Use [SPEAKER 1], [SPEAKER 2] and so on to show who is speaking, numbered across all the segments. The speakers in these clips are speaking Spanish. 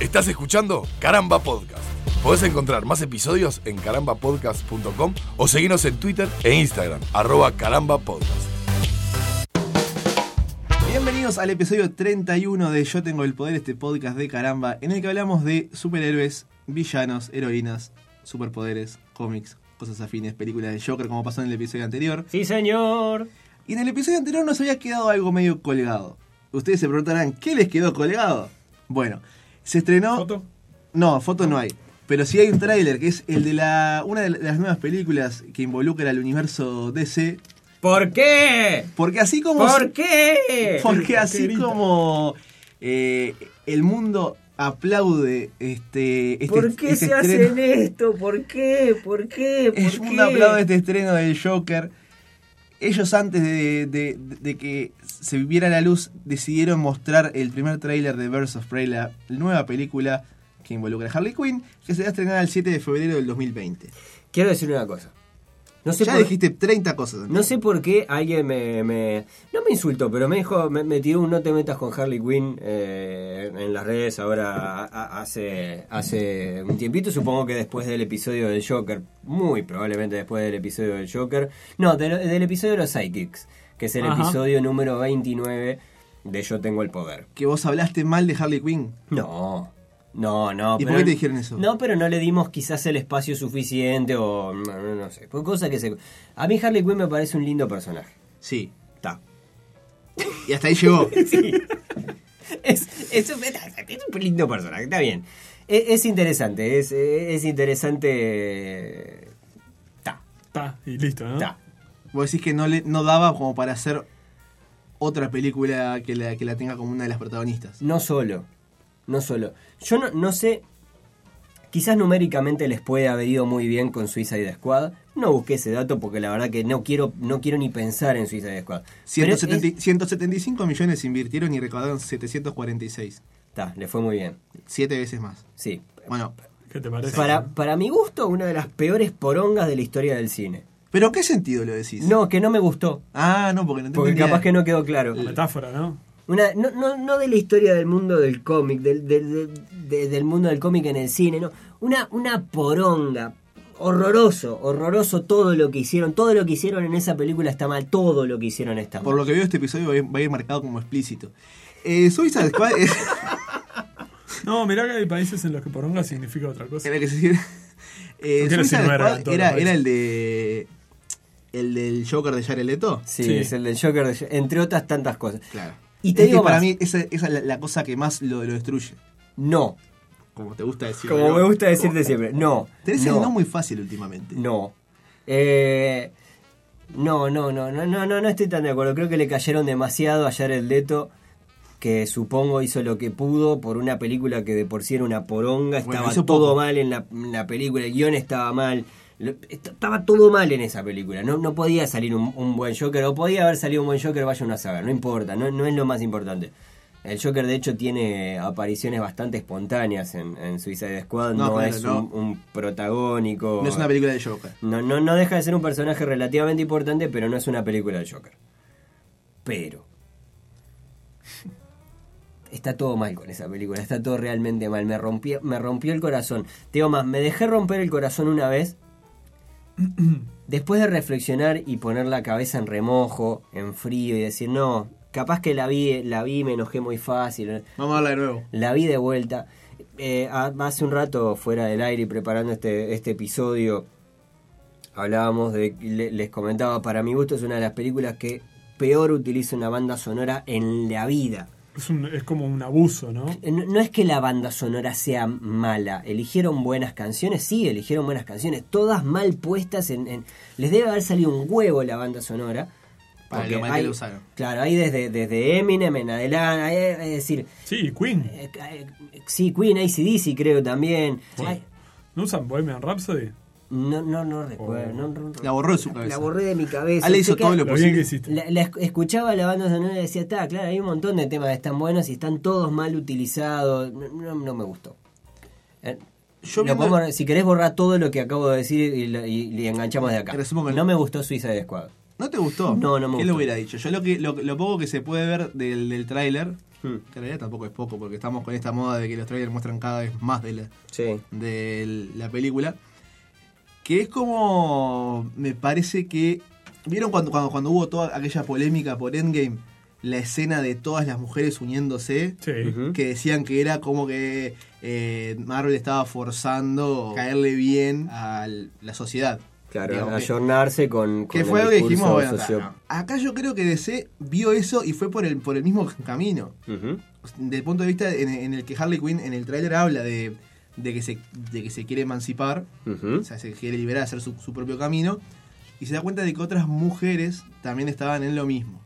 [SPEAKER 1] Estás escuchando Caramba Podcast. Podés encontrar más episodios en carambapodcast.com o seguirnos en Twitter e Instagram, arroba carambapodcast.
[SPEAKER 2] Bienvenidos al episodio 31 de Yo Tengo el Poder, este podcast de caramba, en el que hablamos de superhéroes, villanos, heroínas, superpoderes, cómics, cosas afines, películas de Joker, como pasó en el episodio anterior.
[SPEAKER 3] Sí, señor.
[SPEAKER 2] Y en el episodio anterior nos había quedado algo medio colgado. Ustedes se preguntarán, ¿qué les quedó colgado? Bueno, se estrenó...
[SPEAKER 3] ¿Foto?
[SPEAKER 2] No, foto no hay. Pero sí hay un tráiler que es el de la una de las nuevas películas que involucra al universo DC.
[SPEAKER 3] ¿Por qué?
[SPEAKER 2] Porque así como... se-
[SPEAKER 3] ¿Por qué?
[SPEAKER 2] Porque así
[SPEAKER 3] Grita.
[SPEAKER 2] como eh, el mundo aplaude este, este
[SPEAKER 3] ¿Por qué
[SPEAKER 2] este
[SPEAKER 3] se
[SPEAKER 2] estreno,
[SPEAKER 3] hacen esto? ¿Por qué? ¿Por qué? ¿Por
[SPEAKER 2] el
[SPEAKER 3] qué?
[SPEAKER 2] mundo aplaude este estreno del Joker. Ellos antes de, de- de que se viera la luz decidieron mostrar el primer tráiler de Birds of Prey, la nueva película que involucra a Harley Quinn, que será estrenada el 7 de febrero del 2020.
[SPEAKER 3] Quiero decir una cosa. No sé
[SPEAKER 2] ya
[SPEAKER 3] por
[SPEAKER 2] dijiste 30 cosas.
[SPEAKER 3] No sé por qué alguien me, me- No me insultó, pero me dijo. Me, me tiró un no te metas con Harley Quinn eh, en las redes ahora a- a- hace, hace un tiempito. Supongo que después del episodio del Joker. Muy probablemente después del episodio del Joker. No, de lo- del episodio de los Psychics, que es el
[SPEAKER 4] Ajá.
[SPEAKER 3] episodio número 29 de Yo Tengo el Poder.
[SPEAKER 2] Que vos hablaste mal de Harley Quinn.
[SPEAKER 3] No. No, no.
[SPEAKER 2] ¿Y por qué te dijeron eso?
[SPEAKER 3] No, pero no le dimos quizás el espacio suficiente o no, no, no sé. Fue Cosa que se... A mí Harley Quinn me parece un lindo personaje.
[SPEAKER 2] Sí.
[SPEAKER 3] Está.
[SPEAKER 2] Y hasta ahí llegó.
[SPEAKER 3] Sí. Es, es, un- es un lindo personaje, está bien. Es, es interesante, es, e, es interesante... eh, Está,
[SPEAKER 4] Está, y listo, ¿no?
[SPEAKER 3] está.
[SPEAKER 2] Vos decís que no, le, no daba como para hacer otra película que la, que la tenga como una de las protagonistas.
[SPEAKER 3] No solo. No solo. Yo no, no sé. Quizás numéricamente les puede haber ido muy bien con Suicide Squad. No busqué ese dato porque la verdad que no quiero, no quiero ni pensar en Suicide Squad. Pero
[SPEAKER 2] 170
[SPEAKER 3] es-
[SPEAKER 2] 175 millones invirtieron y recaudaron 746.
[SPEAKER 3] Está, le fue muy bien.
[SPEAKER 2] Siete veces más.
[SPEAKER 3] Sí.
[SPEAKER 2] Bueno,
[SPEAKER 4] ¿Qué te parece?
[SPEAKER 3] Para, para mi gusto, una de las peores porongas de la historia del cine.
[SPEAKER 2] ¿pero qué sentido lo decís?
[SPEAKER 3] No, que no me gustó.
[SPEAKER 2] Ah, no, porque no te
[SPEAKER 3] Porque
[SPEAKER 2] entendía.
[SPEAKER 3] capaz que no quedó claro.
[SPEAKER 4] Metáfora, ¿no?
[SPEAKER 3] Una- no, no, no de la historia del mundo del cómic, del, del, del- de- del mundo del cómic en el cine, no. Una, una poronga. Horroroso, horroroso todo lo que hicieron. Todo lo que hicieron en esa película está mal. Todo lo que hicieron está mal.
[SPEAKER 2] Por lo que veo, este episodio va a ir, va a ir marcado como explícito. Eh, Suicide Squad es
[SPEAKER 4] No, mirá que hay países en los que poronga significa otra cosa.
[SPEAKER 2] en el que se hicieron- Eh,
[SPEAKER 4] No quiero
[SPEAKER 2] Suicide
[SPEAKER 4] decir no era
[SPEAKER 2] Squad
[SPEAKER 4] en todos los
[SPEAKER 2] era,
[SPEAKER 4] países.
[SPEAKER 2] era el de. El del Joker de Jared Leto.
[SPEAKER 3] Sí,
[SPEAKER 4] Sí.
[SPEAKER 3] es el del Joker, de- entre otras tantas cosas.
[SPEAKER 2] Claro.
[SPEAKER 3] Y te
[SPEAKER 2] Es que
[SPEAKER 3] digo
[SPEAKER 2] para
[SPEAKER 3] más.
[SPEAKER 2] mí esa, esa es la, la cosa que más lo, lo destruye.
[SPEAKER 3] No,
[SPEAKER 2] Como te gusta decir.
[SPEAKER 3] como
[SPEAKER 2] ¿no?
[SPEAKER 3] me gusta decirte siempre, no.
[SPEAKER 2] Tenés
[SPEAKER 3] no.
[SPEAKER 2] el no muy fácil últimamente.
[SPEAKER 3] No. Eh, no, no, no, no, no, no, no estoy tan de acuerdo. Creo que le cayeron demasiado ayer el Leto, que supongo hizo lo que pudo por una película que de por sí era una poronga,
[SPEAKER 2] Bueno,
[SPEAKER 3] estaba
[SPEAKER 2] hizo
[SPEAKER 3] todo
[SPEAKER 2] poco.
[SPEAKER 3] mal en la, en la película, el guión estaba mal. lo- est- Estaba todo mal en esa película. No, no podía salir un, un buen Joker. O podía haber salido un buen Joker, vaya uno a saber. No importa. No, no es lo más importante. El Joker, de hecho, tiene apariciones bastante espontáneas en, en Suicide Squad.
[SPEAKER 2] No,
[SPEAKER 3] No,
[SPEAKER 2] claro,
[SPEAKER 3] es
[SPEAKER 2] no.
[SPEAKER 3] Un, un protagónico.
[SPEAKER 2] No es una película de Joker.
[SPEAKER 3] No, no, no deja de ser un personaje relativamente importante, pero no es una película de Joker. Pero. Está todo mal con esa película, está todo realmente mal. Me rompió, me rompió el corazón. Te digo más, me dejé romper el corazón una vez. Después de reflexionar y poner la cabeza en remojo, en frío, y decir, no, capaz que la vi, la vi, y me enojé muy fácil.
[SPEAKER 2] Vamos a hablar de nuevo.
[SPEAKER 3] La vi de vuelta. Eh, a- hace un rato, fuera del aire y preparando este, este episodio, hablábamos de. le- les comentaba, para mi gusto es una de las películas que peor utiliza una banda sonora en la vida.
[SPEAKER 4] Es, un- es como un abuso, ¿no?
[SPEAKER 3] Eh, No, no es que la banda sonora sea mala. Eligieron buenas canciones, sí, eligieron buenas canciones. Todas mal puestas en. en- les debe haber salido un huevo la banda sonora.
[SPEAKER 2] Para
[SPEAKER 3] porque
[SPEAKER 2] lo mal que
[SPEAKER 3] hay-
[SPEAKER 2] lo usaron.
[SPEAKER 3] Claro, ahí desde, desde Eminem en adelante. hay- Es decir,
[SPEAKER 4] Sí, Queen.
[SPEAKER 3] eh, eh, Sí, Queen, ACDC creo también. Ay,
[SPEAKER 4] ¿No usan Bohemian Rhapsody?
[SPEAKER 3] no, no, no recuerdo.
[SPEAKER 2] Oh.
[SPEAKER 3] no, no, no.
[SPEAKER 2] La borró de su cabeza.
[SPEAKER 3] La borré de mi cabeza.
[SPEAKER 2] Ale hizo
[SPEAKER 3] Sé que
[SPEAKER 2] todo lo
[SPEAKER 4] Lo bien que
[SPEAKER 2] posible.
[SPEAKER 4] hiciste.
[SPEAKER 3] La, la esc- escuchaba la banda sonora y decía, está, claro, hay un montón de temas que están buenos y están todos mal utilizados. No, no- no me gustó. Eh,
[SPEAKER 2] Yo
[SPEAKER 3] lo
[SPEAKER 2] viendo-
[SPEAKER 3] podemos- si querés borrar todo lo que acabo de decir y, lo- y- y enganchamos de acá.
[SPEAKER 2] Resumo con-
[SPEAKER 3] No me gustó Suiza de Squad.
[SPEAKER 2] ¿No te gustó?
[SPEAKER 3] No, no me
[SPEAKER 2] ¿Qué le
[SPEAKER 3] gustó.
[SPEAKER 2] hubiera dicho? Yo lo, que, lo, lo poco que se puede ver del, del tráiler
[SPEAKER 3] Hmm.
[SPEAKER 2] Que en realidad tampoco es poco, porque estamos con esta moda de que los trailers muestran cada vez más de la,
[SPEAKER 3] Sí.
[SPEAKER 2] de la película. Que es como. Me parece que. ¿Vieron cuando, cuando, cuando hubo toda aquella polémica por Endgame? La escena de todas las mujeres uniéndose.
[SPEAKER 4] Sí.
[SPEAKER 3] Ujú.
[SPEAKER 2] Que decían que era como que eh, Marvel estaba forzando caerle bien a la sociedad.
[SPEAKER 3] Claro,
[SPEAKER 2] Digamos que-
[SPEAKER 3] ayornarse con, con
[SPEAKER 2] que fue
[SPEAKER 3] el
[SPEAKER 2] algo que
[SPEAKER 3] discurso
[SPEAKER 2] dijimos, bueno,
[SPEAKER 3] socio-
[SPEAKER 2] ta, no. acá yo creo que DC vio eso y fue por el, por el mismo camino.
[SPEAKER 3] Ujú.
[SPEAKER 2] Desde el punto de vista en, en el que Harley Quinn en el tráiler habla de, de, que se, de que se quiere emancipar,
[SPEAKER 3] Ujú.
[SPEAKER 2] o sea, se quiere liberar, hacer su, su propio camino, y se da cuenta de que otras mujeres también estaban en lo mismo.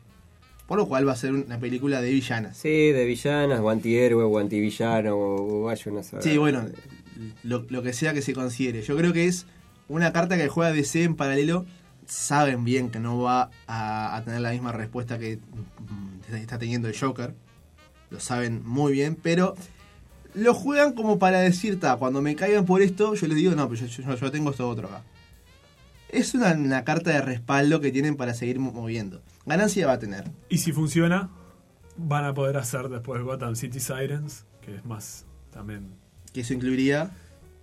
[SPEAKER 2] Por lo cual va a ser una película de villanas.
[SPEAKER 3] Sí, de villanas, o antihéroe, o antivillano, o, o vaya una sola.
[SPEAKER 4] Eh,
[SPEAKER 2] Sí, bueno, lo, lo que sea que se considere. Yo creo que es una carta que juega DC en paralelo. Saben bien que no va a, a tener la misma respuesta que mm, está teniendo el Joker. Lo saben muy bien, pero lo juegan como para decir, ta, cuando me caigan por esto, yo les digo, no, pero yo, yo- yo tengo esto otro acá. Es una, una carta de respaldo que tienen para seguir mo- moviendo. Ganancia va a tener.
[SPEAKER 4] Y si funciona, van a poder hacer después Gotham City Sirens, que es más también.
[SPEAKER 2] Que eso incluiría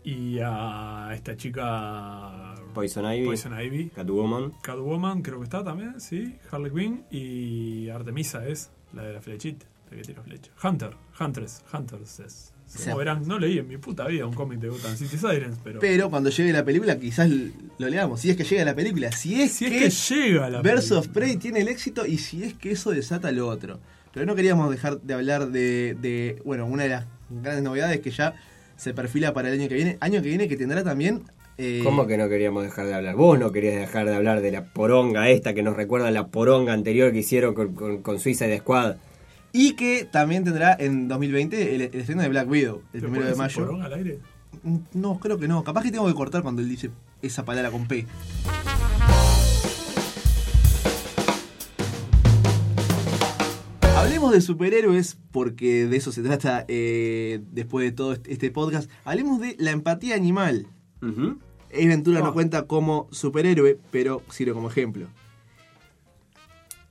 [SPEAKER 4] Y a esta chica
[SPEAKER 3] Poison Ivy,
[SPEAKER 4] Poison Ivy.
[SPEAKER 3] Catwoman.
[SPEAKER 4] Catwoman creo que está también, sí. Harley Quinn y Artemisa es la de la flechita, la que tira flecha. Hunter, Huntress, Hunters es.
[SPEAKER 2] Sí.
[SPEAKER 4] Como verán, no leí en mi puta vida un cómic de Gotham City Sirens, pero...
[SPEAKER 2] Pero cuando llegue la película, quizás lo leamos. Si es que llega la película, si es,
[SPEAKER 4] si es
[SPEAKER 2] que,
[SPEAKER 4] que llega la...
[SPEAKER 2] Versus of
[SPEAKER 4] película.
[SPEAKER 2] Prey tiene el éxito y si es que eso desata lo otro. Pero no queríamos dejar de hablar de, de, bueno, una de las grandes novedades que ya se perfila para el año que viene. Año que viene que tendrá también... eh,
[SPEAKER 3] ¿Cómo que no queríamos dejar de hablar? Vos no querías dejar de hablar de la poronga esta que nos recuerda a la poronga anterior que hicieron con, con, con Suicide Squad.
[SPEAKER 2] Y que también tendrá en 2020 el, el estreno de Black Widow, el
[SPEAKER 4] ¿Te
[SPEAKER 2] primero de
[SPEAKER 4] puedo decir
[SPEAKER 2] mayo.
[SPEAKER 4] porón al aire?
[SPEAKER 2] Mm, No, creo que no. Capaz que tengo que cortar cuando él dice esa palabra con P. Hablemos de superhéroes, porque de eso se trata eh, después de todo este este podcast. Hablemos de la empatía animal.
[SPEAKER 3] Ujú.
[SPEAKER 2] Ace Ventura
[SPEAKER 4] No.
[SPEAKER 2] no cuenta como superhéroe, pero sirve como ejemplo.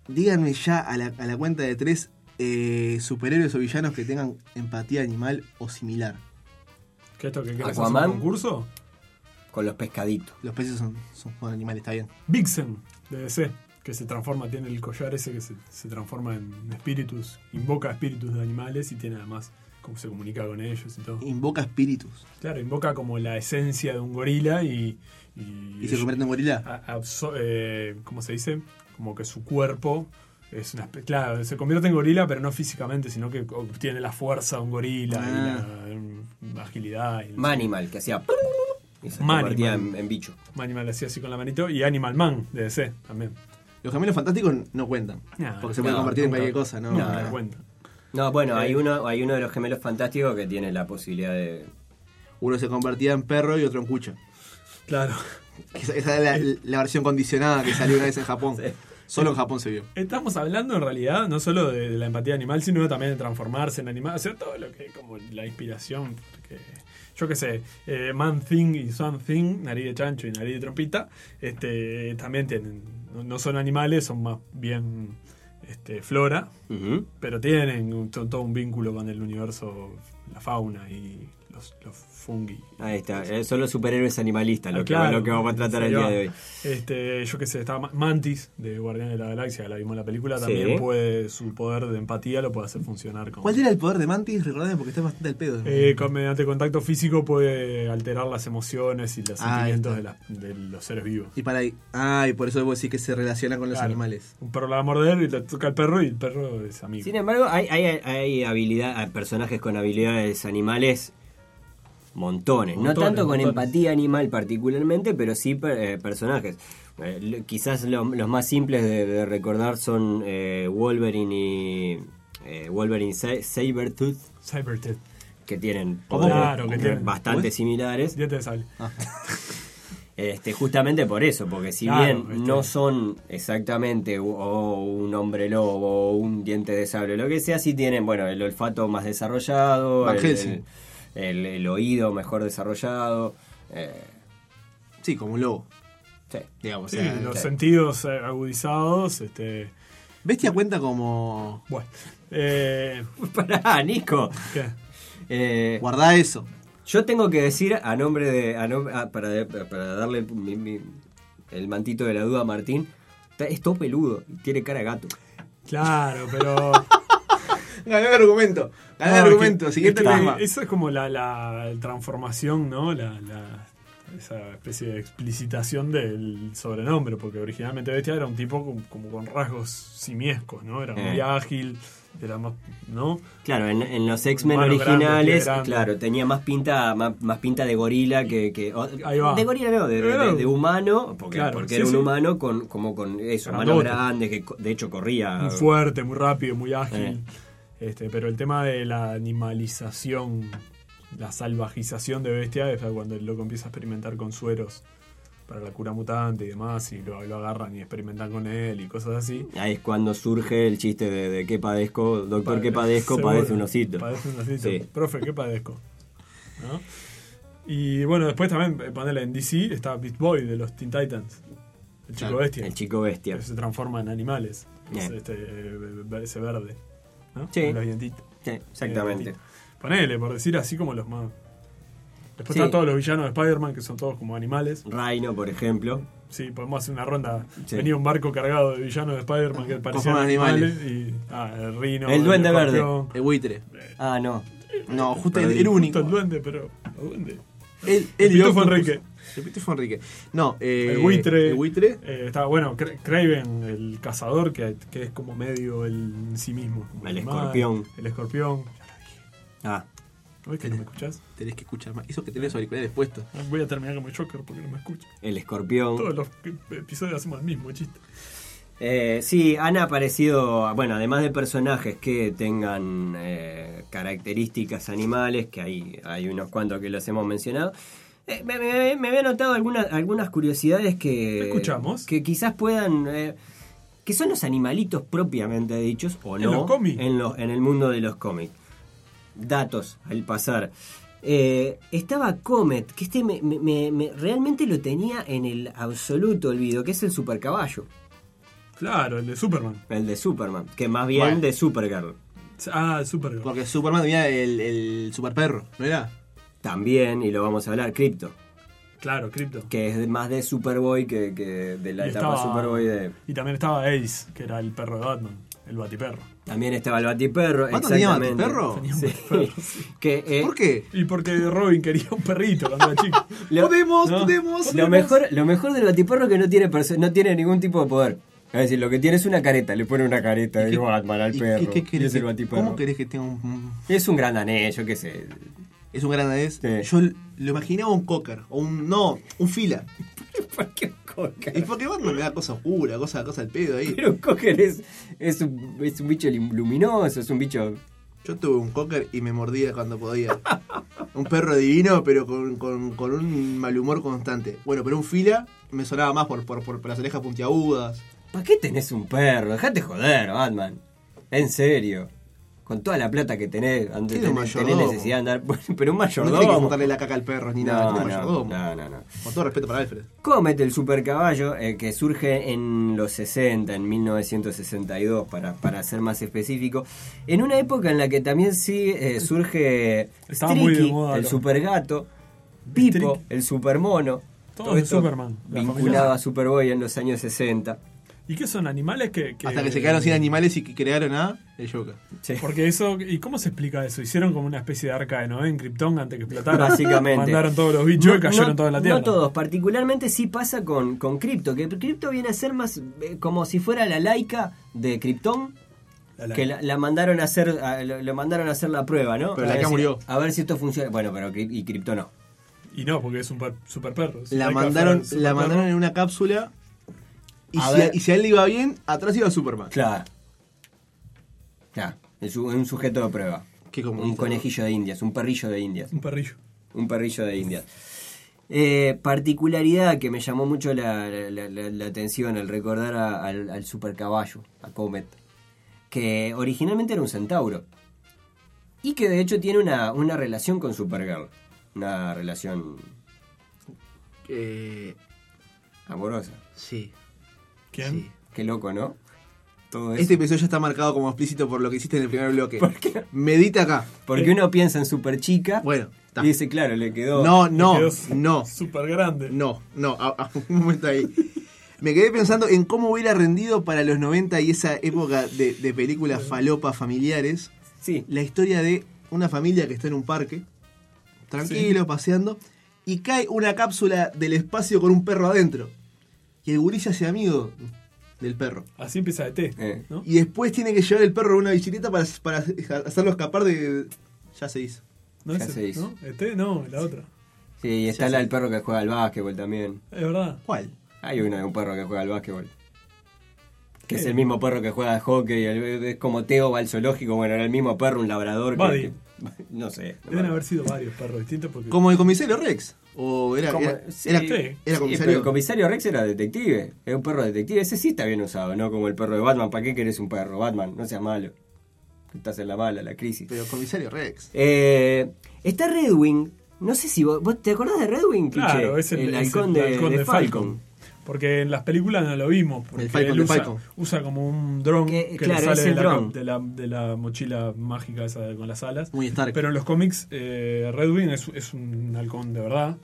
[SPEAKER 2] Díganme ya a la, a la cuenta de tres eh, superhéroes o villanos que tengan empatía animal o similar.
[SPEAKER 4] ¿Qué esto que querés hacer
[SPEAKER 3] Aquaman.
[SPEAKER 4] un concurso?
[SPEAKER 3] Con los pescaditos.
[SPEAKER 2] Los peces son, son, son animales, está bien.
[SPEAKER 4] Vixen, de DC, que se transforma, tiene el collar ese que se, se transforma en espíritus, invoca espíritus de animales y tiene además cómo se comunica con ellos y todo.
[SPEAKER 2] Invoca espíritus.
[SPEAKER 4] Claro, invoca como la esencia de un gorila y... Y, Ah.
[SPEAKER 2] ¿Y se convierte en gorila?
[SPEAKER 4] a- abso- eh, ¿Cómo se dice? Como que su cuerpo es una... espe- Claro, se convierte en gorila, pero no físicamente, sino que obtiene la fuerza de un gorila
[SPEAKER 2] Ah.
[SPEAKER 4] y la mm, agilidad. Y
[SPEAKER 3] Manimal, que hacía... Y se
[SPEAKER 4] Manimal.
[SPEAKER 3] convertía en, en bicho.
[SPEAKER 4] Animal hacía así con la manito. Y Animal Man, de DC, también.
[SPEAKER 2] Los gemelos fantásticos no cuentan.
[SPEAKER 4] Nah,
[SPEAKER 2] porque se puede
[SPEAKER 3] no,
[SPEAKER 2] convertir
[SPEAKER 4] nunca-
[SPEAKER 2] en cualquier cosa, ¿no?
[SPEAKER 4] nunca
[SPEAKER 2] No,
[SPEAKER 4] me
[SPEAKER 2] no.
[SPEAKER 4] cuenta.
[SPEAKER 3] No, bueno, hay
[SPEAKER 4] Eh.
[SPEAKER 3] uno, hay uno de los gemelos fantásticos que tiene la posibilidad de...
[SPEAKER 2] Uno se convertía en perro y otro en cucha.
[SPEAKER 4] Claro.
[SPEAKER 2] Esa, esa es la, la versión condicionada que salió una vez en Japón. Solo en Japón se vio.
[SPEAKER 4] Estamos hablando en realidad no solo de, de la empatía animal, sino también de transformarse en animal. O sea, todo lo que como la inspiración. porque, yo qué sé, eh, Man Thing y Swan Thing, nariz de chancho y nariz de trompita, este, también tienen. No, no son animales, son más bien este, flora,
[SPEAKER 3] Ujú.
[SPEAKER 4] pero tienen un- to- todo un vínculo con el universo, la fauna y los, los fungi.
[SPEAKER 3] Ahí está, eh, son los superhéroes animalistas
[SPEAKER 4] Ah,
[SPEAKER 3] lo,
[SPEAKER 4] claro.
[SPEAKER 3] que, lo que vamos a tratar el
[SPEAKER 4] Ahí
[SPEAKER 3] día
[SPEAKER 4] va.
[SPEAKER 3] de hoy.
[SPEAKER 4] Este, yo que sé, estaba Ma- Mantis de Guardianes de la Galaxia, la vimos en la película, también
[SPEAKER 3] Sí.
[SPEAKER 4] puede su poder de empatía lo puede hacer funcionar con,
[SPEAKER 2] ¿Cuál era el poder de Mantis? Recordadme porque está bastante al pedo.
[SPEAKER 4] Eh, con- mediante contacto físico puede alterar las emociones y los
[SPEAKER 2] Ah,
[SPEAKER 4] sentimientos
[SPEAKER 2] ahí
[SPEAKER 4] de, las- de los seres vivos.
[SPEAKER 2] y para ahí. Ah, y por eso vos decís que se relaciona con los
[SPEAKER 4] Claro.
[SPEAKER 2] animales. em-
[SPEAKER 4] Un perro la va a morder y le toca al perro y el perro es amigo.
[SPEAKER 3] Sin embargo, hay, hay, hay habilidad, hay personajes con habilidades animales montones. no
[SPEAKER 4] Montones,
[SPEAKER 3] tanto con
[SPEAKER 4] montones.
[SPEAKER 3] empatía animal particularmente, pero sí per- eh, personajes. Eh, lo- quizás lo- los más simples de, de recordar son eh, Wolverine y eh, Wolverine Sa- Sabertooth,
[SPEAKER 4] Cybertech.
[SPEAKER 3] que tienen
[SPEAKER 4] ¿Cómo? Oh, Claro, que tienen.
[SPEAKER 3] bastante similares.
[SPEAKER 4] Ya te sale.
[SPEAKER 2] Ah.
[SPEAKER 3] Este, justamente por eso, porque si
[SPEAKER 4] Claro,
[SPEAKER 3] bien
[SPEAKER 4] este.
[SPEAKER 3] no son exactamente u- o un hombre lobo o un diente de sable, lo que sea, sí tienen, bueno, el olfato más desarrollado,
[SPEAKER 2] Van
[SPEAKER 3] el,
[SPEAKER 2] Helsing.
[SPEAKER 3] el- el- el oído mejor desarrollado. eh,
[SPEAKER 2] Sí, como un lobo.
[SPEAKER 3] sí.
[SPEAKER 2] Digamos.
[SPEAKER 4] Sí,
[SPEAKER 2] o sea,
[SPEAKER 4] los
[SPEAKER 3] sí.
[SPEAKER 4] sentidos eh, agudizados, este.
[SPEAKER 2] Bestia cuenta como.
[SPEAKER 4] Bueno. Eh,
[SPEAKER 3] Pará, Nico.
[SPEAKER 4] ¿qué?
[SPEAKER 3] Eh,
[SPEAKER 2] Guardá eso.
[SPEAKER 3] yo tengo que decir a nombre de. a nom- ah, para, de- para darle mi- mi- el mantito de la duda a Martín. está- Es todo peludo, y tiene cara de gato.
[SPEAKER 4] Claro, pero.
[SPEAKER 2] Gané el argumento. Gané
[SPEAKER 4] No,
[SPEAKER 2] el
[SPEAKER 4] es
[SPEAKER 2] argumento.
[SPEAKER 4] Ah, que-
[SPEAKER 2] Siguiente
[SPEAKER 4] es que
[SPEAKER 2] tema.
[SPEAKER 4] Eso es como la, la transformación, ¿no? La, la- esa especie de explicitación del sobrenombre, porque originalmente Bestia era un tipo con- como, con rasgos simiescos, ¿no? Era muy
[SPEAKER 3] Eh.
[SPEAKER 4] ágil, era más. ¿No?
[SPEAKER 3] Claro, en, en los X-Men
[SPEAKER 4] Mano grande,
[SPEAKER 3] originales,
[SPEAKER 4] pie grande.
[SPEAKER 3] claro, tenía más pinta, más, más pinta de gorila que. que- o-
[SPEAKER 4] Ahí va.
[SPEAKER 3] De gorila no, de, de- de- de humano, porque,
[SPEAKER 4] Claro,
[SPEAKER 3] porque
[SPEAKER 4] sí,
[SPEAKER 3] era un
[SPEAKER 4] sí.
[SPEAKER 3] humano con, como con eso, manos
[SPEAKER 4] Grandote.
[SPEAKER 3] grandes, que co- de hecho corría.
[SPEAKER 2] Ah.
[SPEAKER 4] Muy fuerte, muy rápido, muy ágil.
[SPEAKER 3] Eh.
[SPEAKER 4] Este, pero el tema de la animalización, la salvajización de Bestia es cuando el loco empieza a experimentar con sueros para la cura mutante y demás, y lo, lo agarran y experimentan con él y cosas así.
[SPEAKER 3] Ahí es cuando surge el chiste de, de qué padezco, doctor, qué padezco,
[SPEAKER 4] Seguro.
[SPEAKER 3] padece un osito.
[SPEAKER 4] Padece un osito.
[SPEAKER 3] Sí.
[SPEAKER 4] Profe, ¿qué padezco? ¿No? Y bueno, después también, eh, ponele en DC, está Beat Boy de los Teen Titans. El chico
[SPEAKER 2] Claro,
[SPEAKER 4] bestia.
[SPEAKER 3] El chico bestia.
[SPEAKER 4] Que se transforma en animales. Es
[SPEAKER 3] Bien.
[SPEAKER 4] este, eh, ese verde. ¿no?
[SPEAKER 3] Sí.
[SPEAKER 4] Con los dientitos.
[SPEAKER 3] Sí, exactamente.
[SPEAKER 4] Eh, Ponele, por decir así como los más. Después
[SPEAKER 3] Sí.
[SPEAKER 4] están todos los villanos de Spider-Man, que son todos como animales.
[SPEAKER 3] Rhino, por ejemplo.
[SPEAKER 4] Sí, podemos hacer una ronda.
[SPEAKER 3] Sí.
[SPEAKER 4] Venía un barco cargado de villanos de Spider-Man que parecían
[SPEAKER 2] forma de
[SPEAKER 4] animales. Y, ah, el rino.
[SPEAKER 3] El duende verde.
[SPEAKER 4] escorpión.
[SPEAKER 2] El buitre.
[SPEAKER 3] Ah, no.
[SPEAKER 2] No, justo el,
[SPEAKER 3] Perdí.
[SPEAKER 2] el único.
[SPEAKER 4] Justo el duende, pero. El duende.
[SPEAKER 2] El,
[SPEAKER 4] El
[SPEAKER 2] y
[SPEAKER 4] Pitufo
[SPEAKER 2] Octopus.
[SPEAKER 4] Enrique.
[SPEAKER 2] El Pitufo Enrique. No, eh,
[SPEAKER 4] El buitre.
[SPEAKER 2] El buitre.
[SPEAKER 4] Eh, está bueno, Cra- Craven, el cazador, que, que es como medio el, en sí mismo. como
[SPEAKER 3] El
[SPEAKER 4] animal.
[SPEAKER 3] escorpión.
[SPEAKER 4] El escorpión. Ya lo dije.
[SPEAKER 3] Ah,
[SPEAKER 4] ¿No ves que no me escuchás?
[SPEAKER 2] Tenés que escuchar más. Eso que tenés los auriculares puestos.
[SPEAKER 4] Ah, Voy a terminar como Joker porque no me escucho.
[SPEAKER 3] el escorpión.
[SPEAKER 4] Todos los que- episodios hacemos el mismo chiste.
[SPEAKER 3] Eh, sí, han aparecido, bueno, además de personajes que tengan eh, características animales, que hay, hay unos cuantos que los hemos mencionado, eh, me, me- me había notado algunas, algunas curiosidades que,
[SPEAKER 4] Escuchamos.
[SPEAKER 3] que quizás puedan... eh, que son los animalitos propiamente dichos, o
[SPEAKER 4] En
[SPEAKER 3] no,
[SPEAKER 4] los cómics.
[SPEAKER 3] en lo- en el mundo de los cómics datos al pasar. Eh, estaba Comet, que este me, me- me- me- realmente lo tenía en el absoluto olvido, que es el supercaballo,
[SPEAKER 4] Claro, el de Superman.
[SPEAKER 3] el de Superman, que más bien
[SPEAKER 2] Bueno.
[SPEAKER 3] de Supergirl.
[SPEAKER 4] Ah, el Superman.
[SPEAKER 2] Porque Superman tenía el, el superperro, ¿no era?
[SPEAKER 3] También, y lo vamos a hablar, Crypto,
[SPEAKER 4] Claro, Crypto.
[SPEAKER 3] que es más de Superboy que, que de la
[SPEAKER 4] Y
[SPEAKER 3] etapa
[SPEAKER 4] estaba-
[SPEAKER 3] Superboy de...
[SPEAKER 4] Y también estaba Ace, que era el perro de Batman, el batiperro.
[SPEAKER 3] También estaba el Batiperro,
[SPEAKER 2] ¿Batman tenía
[SPEAKER 3] exactamente.
[SPEAKER 2] Batiperro?
[SPEAKER 4] Tenía un
[SPEAKER 3] Sí.
[SPEAKER 4] batiperro,
[SPEAKER 3] que, eh,
[SPEAKER 2] ¿Por qué?
[SPEAKER 4] Y porque Robin quería un perrito cuando era chico.
[SPEAKER 3] lo-
[SPEAKER 2] podemos,
[SPEAKER 4] no.
[SPEAKER 2] podemos.
[SPEAKER 3] Lo mejor, lo mejor del batiperro es que no tiene, perso- no tiene ningún tipo de poder. Es decir, lo que tiene es una careta, le pone una careta de
[SPEAKER 2] ¿Qué-
[SPEAKER 3] Batman al
[SPEAKER 2] y
[SPEAKER 3] perro.
[SPEAKER 2] qué- qué
[SPEAKER 3] y
[SPEAKER 2] querés
[SPEAKER 3] es el
[SPEAKER 2] que-
[SPEAKER 3] batiperro.
[SPEAKER 2] ¿Cómo querés que tenga un- un.?
[SPEAKER 3] Es un gran anillo, yo qué sé.
[SPEAKER 2] Es un gran adés.
[SPEAKER 3] Sí.
[SPEAKER 2] Yo lo imaginaba un cocker. O un. No, un fila.
[SPEAKER 3] ¿Por qué coca?
[SPEAKER 2] Y porque Batman me da cosa oscura, cosa, cosa al pedo ahí.
[SPEAKER 3] Pero un cocker es, es, un, es un bicho lim- luminoso, es un bicho.
[SPEAKER 2] Yo tuve un cocker y me mordía cuando podía. Un perro divino, pero con, con- con un mal humor constante. Bueno, pero un fila me sonaba más por, por, por- por las orejas puntiagudas.
[SPEAKER 3] ¿Para qué tenés un perro? Dejate joder, Batman. En serio. Con toda la plata que tenés, antes
[SPEAKER 2] Tiene un
[SPEAKER 3] tenés, tenés
[SPEAKER 2] mayordomo.
[SPEAKER 3] necesidad de andar. Pero un
[SPEAKER 2] No
[SPEAKER 3] mayordomo.
[SPEAKER 2] tiene que juntarle la caca al perro ni nada,
[SPEAKER 3] no,
[SPEAKER 2] tiene
[SPEAKER 3] no,
[SPEAKER 2] mayordomo.
[SPEAKER 3] no, no, no.
[SPEAKER 2] Con todo respeto para Alfred.
[SPEAKER 3] Comet, el supercaballo, eh, que surge en los 60, en 1962, para, para ser más específico, en una época en la que también sí eh, surge
[SPEAKER 4] Estaba muy de
[SPEAKER 3] Tricky,
[SPEAKER 4] moda,
[SPEAKER 3] el
[SPEAKER 4] ¿no?
[SPEAKER 3] supergato, Pipo,
[SPEAKER 4] Tricky.
[SPEAKER 3] el supermono,
[SPEAKER 4] Todo de
[SPEAKER 3] esto
[SPEAKER 4] Superman, la
[SPEAKER 3] vinculado
[SPEAKER 4] familia.
[SPEAKER 3] a Superboy en los años 60.
[SPEAKER 4] ¿Y qué son animales que, eh,
[SPEAKER 2] Hasta que se quedaron sin animales y que crearon a el Joker.
[SPEAKER 3] Sí.
[SPEAKER 4] Porque eso, ¿y cómo se explica eso? Hicieron como una especie de arca de Noé en Krypton antes que explotara.
[SPEAKER 3] Básicamente.
[SPEAKER 4] Mandaron todos los bichos y cayeron
[SPEAKER 3] no-
[SPEAKER 4] todos en la tierra.
[SPEAKER 3] No todos, particularmente sí pasa con, con Crypto, que Crypto viene a ser más eh, como si fuera la laica de Krypton,
[SPEAKER 4] La laica.
[SPEAKER 3] que la, la mandaron a hacer, a- lo, lo mandaron a hacer la prueba, ¿no?
[SPEAKER 2] Pero
[SPEAKER 3] a
[SPEAKER 2] la
[SPEAKER 3] ver
[SPEAKER 2] laica
[SPEAKER 3] si-
[SPEAKER 2] murió.
[SPEAKER 3] A ver si esto funciona. Bueno, pero Cryp- y Crypto no.
[SPEAKER 4] Y no, porque es un per- super perro. es un
[SPEAKER 2] La
[SPEAKER 4] Laika
[SPEAKER 2] mandaron,
[SPEAKER 4] Ferrari
[SPEAKER 2] la
[SPEAKER 4] superperro.
[SPEAKER 2] mandaron en una cápsula. Y
[SPEAKER 3] A
[SPEAKER 2] si, a,
[SPEAKER 3] ver.
[SPEAKER 2] y si a él le iba bien, atrás iba Superman.
[SPEAKER 3] Claro. Claro. Es un, un sujeto de prueba.
[SPEAKER 2] Qué comunista,
[SPEAKER 3] un
[SPEAKER 2] ¿no?
[SPEAKER 3] conejillo de indias, un perrillo de indias.
[SPEAKER 4] Un perrillo.
[SPEAKER 3] Un perrillo de India. Eh, particularidad que me llamó mucho la, la- la- la atención al recordar a- al, al supercaballo, a Comet, que originalmente era un centauro y que de hecho tiene una, una relación con Supergirl, una relación
[SPEAKER 2] Eh,
[SPEAKER 3] amorosa.
[SPEAKER 2] sí.
[SPEAKER 4] ¿Quién?
[SPEAKER 2] Eh, sí.
[SPEAKER 3] Qué loco, ¿no? todo eso.
[SPEAKER 2] Este episodio ya está marcado como explícito por lo que hiciste en el primer bloque. Medita acá.
[SPEAKER 3] Porque uno piensa en super chica
[SPEAKER 2] eh, Bueno, está.
[SPEAKER 3] y dice, claro, le quedó.
[SPEAKER 2] No,
[SPEAKER 4] Me
[SPEAKER 2] no,
[SPEAKER 4] quedó
[SPEAKER 2] no,
[SPEAKER 4] Súper grande.
[SPEAKER 2] no, no. a- a- un momento ahí. Me quedé pensando en cómo hubiera rendido para los 90 y esa época de, de películas falopas familiares
[SPEAKER 3] Sí.
[SPEAKER 2] la historia de una familia que está en un parque, tranquilo, paseando, y cae una cápsula del espacio con un perro adentro. Y el gurí se hace amigo del perro.
[SPEAKER 4] Así empieza de té,
[SPEAKER 3] Eh.
[SPEAKER 4] ¿no?
[SPEAKER 2] Y después tiene que llevar el perro a una bicicleta para, para hacerlo escapar de... Ya se hizo.
[SPEAKER 4] ¿No
[SPEAKER 3] Ya
[SPEAKER 4] es-
[SPEAKER 3] se hizo.
[SPEAKER 4] ¿no? ¿Este? No, la otra.
[SPEAKER 3] Sí, y está
[SPEAKER 2] Ya
[SPEAKER 3] la
[SPEAKER 2] sé.
[SPEAKER 3] del perro que juega al básquetbol también.
[SPEAKER 4] Es verdad.
[SPEAKER 2] ¿Cuál?
[SPEAKER 3] Hay una de un perro que juega al básquetbol. Que
[SPEAKER 4] Eh.
[SPEAKER 3] es el mismo perro que juega al hockey. el- Es como Teo va al zoológico. Bueno, era el mismo perro, un labrador. que-
[SPEAKER 4] Buddy.
[SPEAKER 3] que- no sé.
[SPEAKER 4] Deben haber sido varios perros distintos porque.
[SPEAKER 2] ¿Como el comisario Rex? ¿O era,
[SPEAKER 3] Como-
[SPEAKER 2] era,
[SPEAKER 3] sí.
[SPEAKER 2] era-
[SPEAKER 3] Sí.
[SPEAKER 2] era
[SPEAKER 3] Sí,
[SPEAKER 2] comisario?
[SPEAKER 3] pero el comisario Rex era detective. Era un perro detective. Ese sí está bien usado, ¿no? Como el perro de Batman. ¿Para qué querés un perro? Batman, no seas malo. Estás en la mala, la crisis.
[SPEAKER 2] Pero comisario Rex.
[SPEAKER 3] Eh, está Red Wing. No sé si vos, ¿vos te acordás de Red Wing.
[SPEAKER 4] Claro,
[SPEAKER 3] Quiche?
[SPEAKER 4] es el, es el
[SPEAKER 3] halcón de,
[SPEAKER 4] halcón
[SPEAKER 3] de
[SPEAKER 4] de
[SPEAKER 3] Falcon.
[SPEAKER 4] Porque en las películas no lo vimos. Porque
[SPEAKER 2] El Falcon
[SPEAKER 4] él
[SPEAKER 2] de
[SPEAKER 4] usa,
[SPEAKER 2] Falcon.
[SPEAKER 4] usa como un dron
[SPEAKER 3] Que-
[SPEAKER 4] que,
[SPEAKER 3] claro,
[SPEAKER 4] le sale
[SPEAKER 3] es
[SPEAKER 4] de
[SPEAKER 3] el
[SPEAKER 4] la,
[SPEAKER 3] dron.
[SPEAKER 4] de la- de la mochila mágica esa de- con las alas.
[SPEAKER 2] Muy Stark.
[SPEAKER 4] Pero en los cómics, eh, Red Wing es, es un halcón de verdad,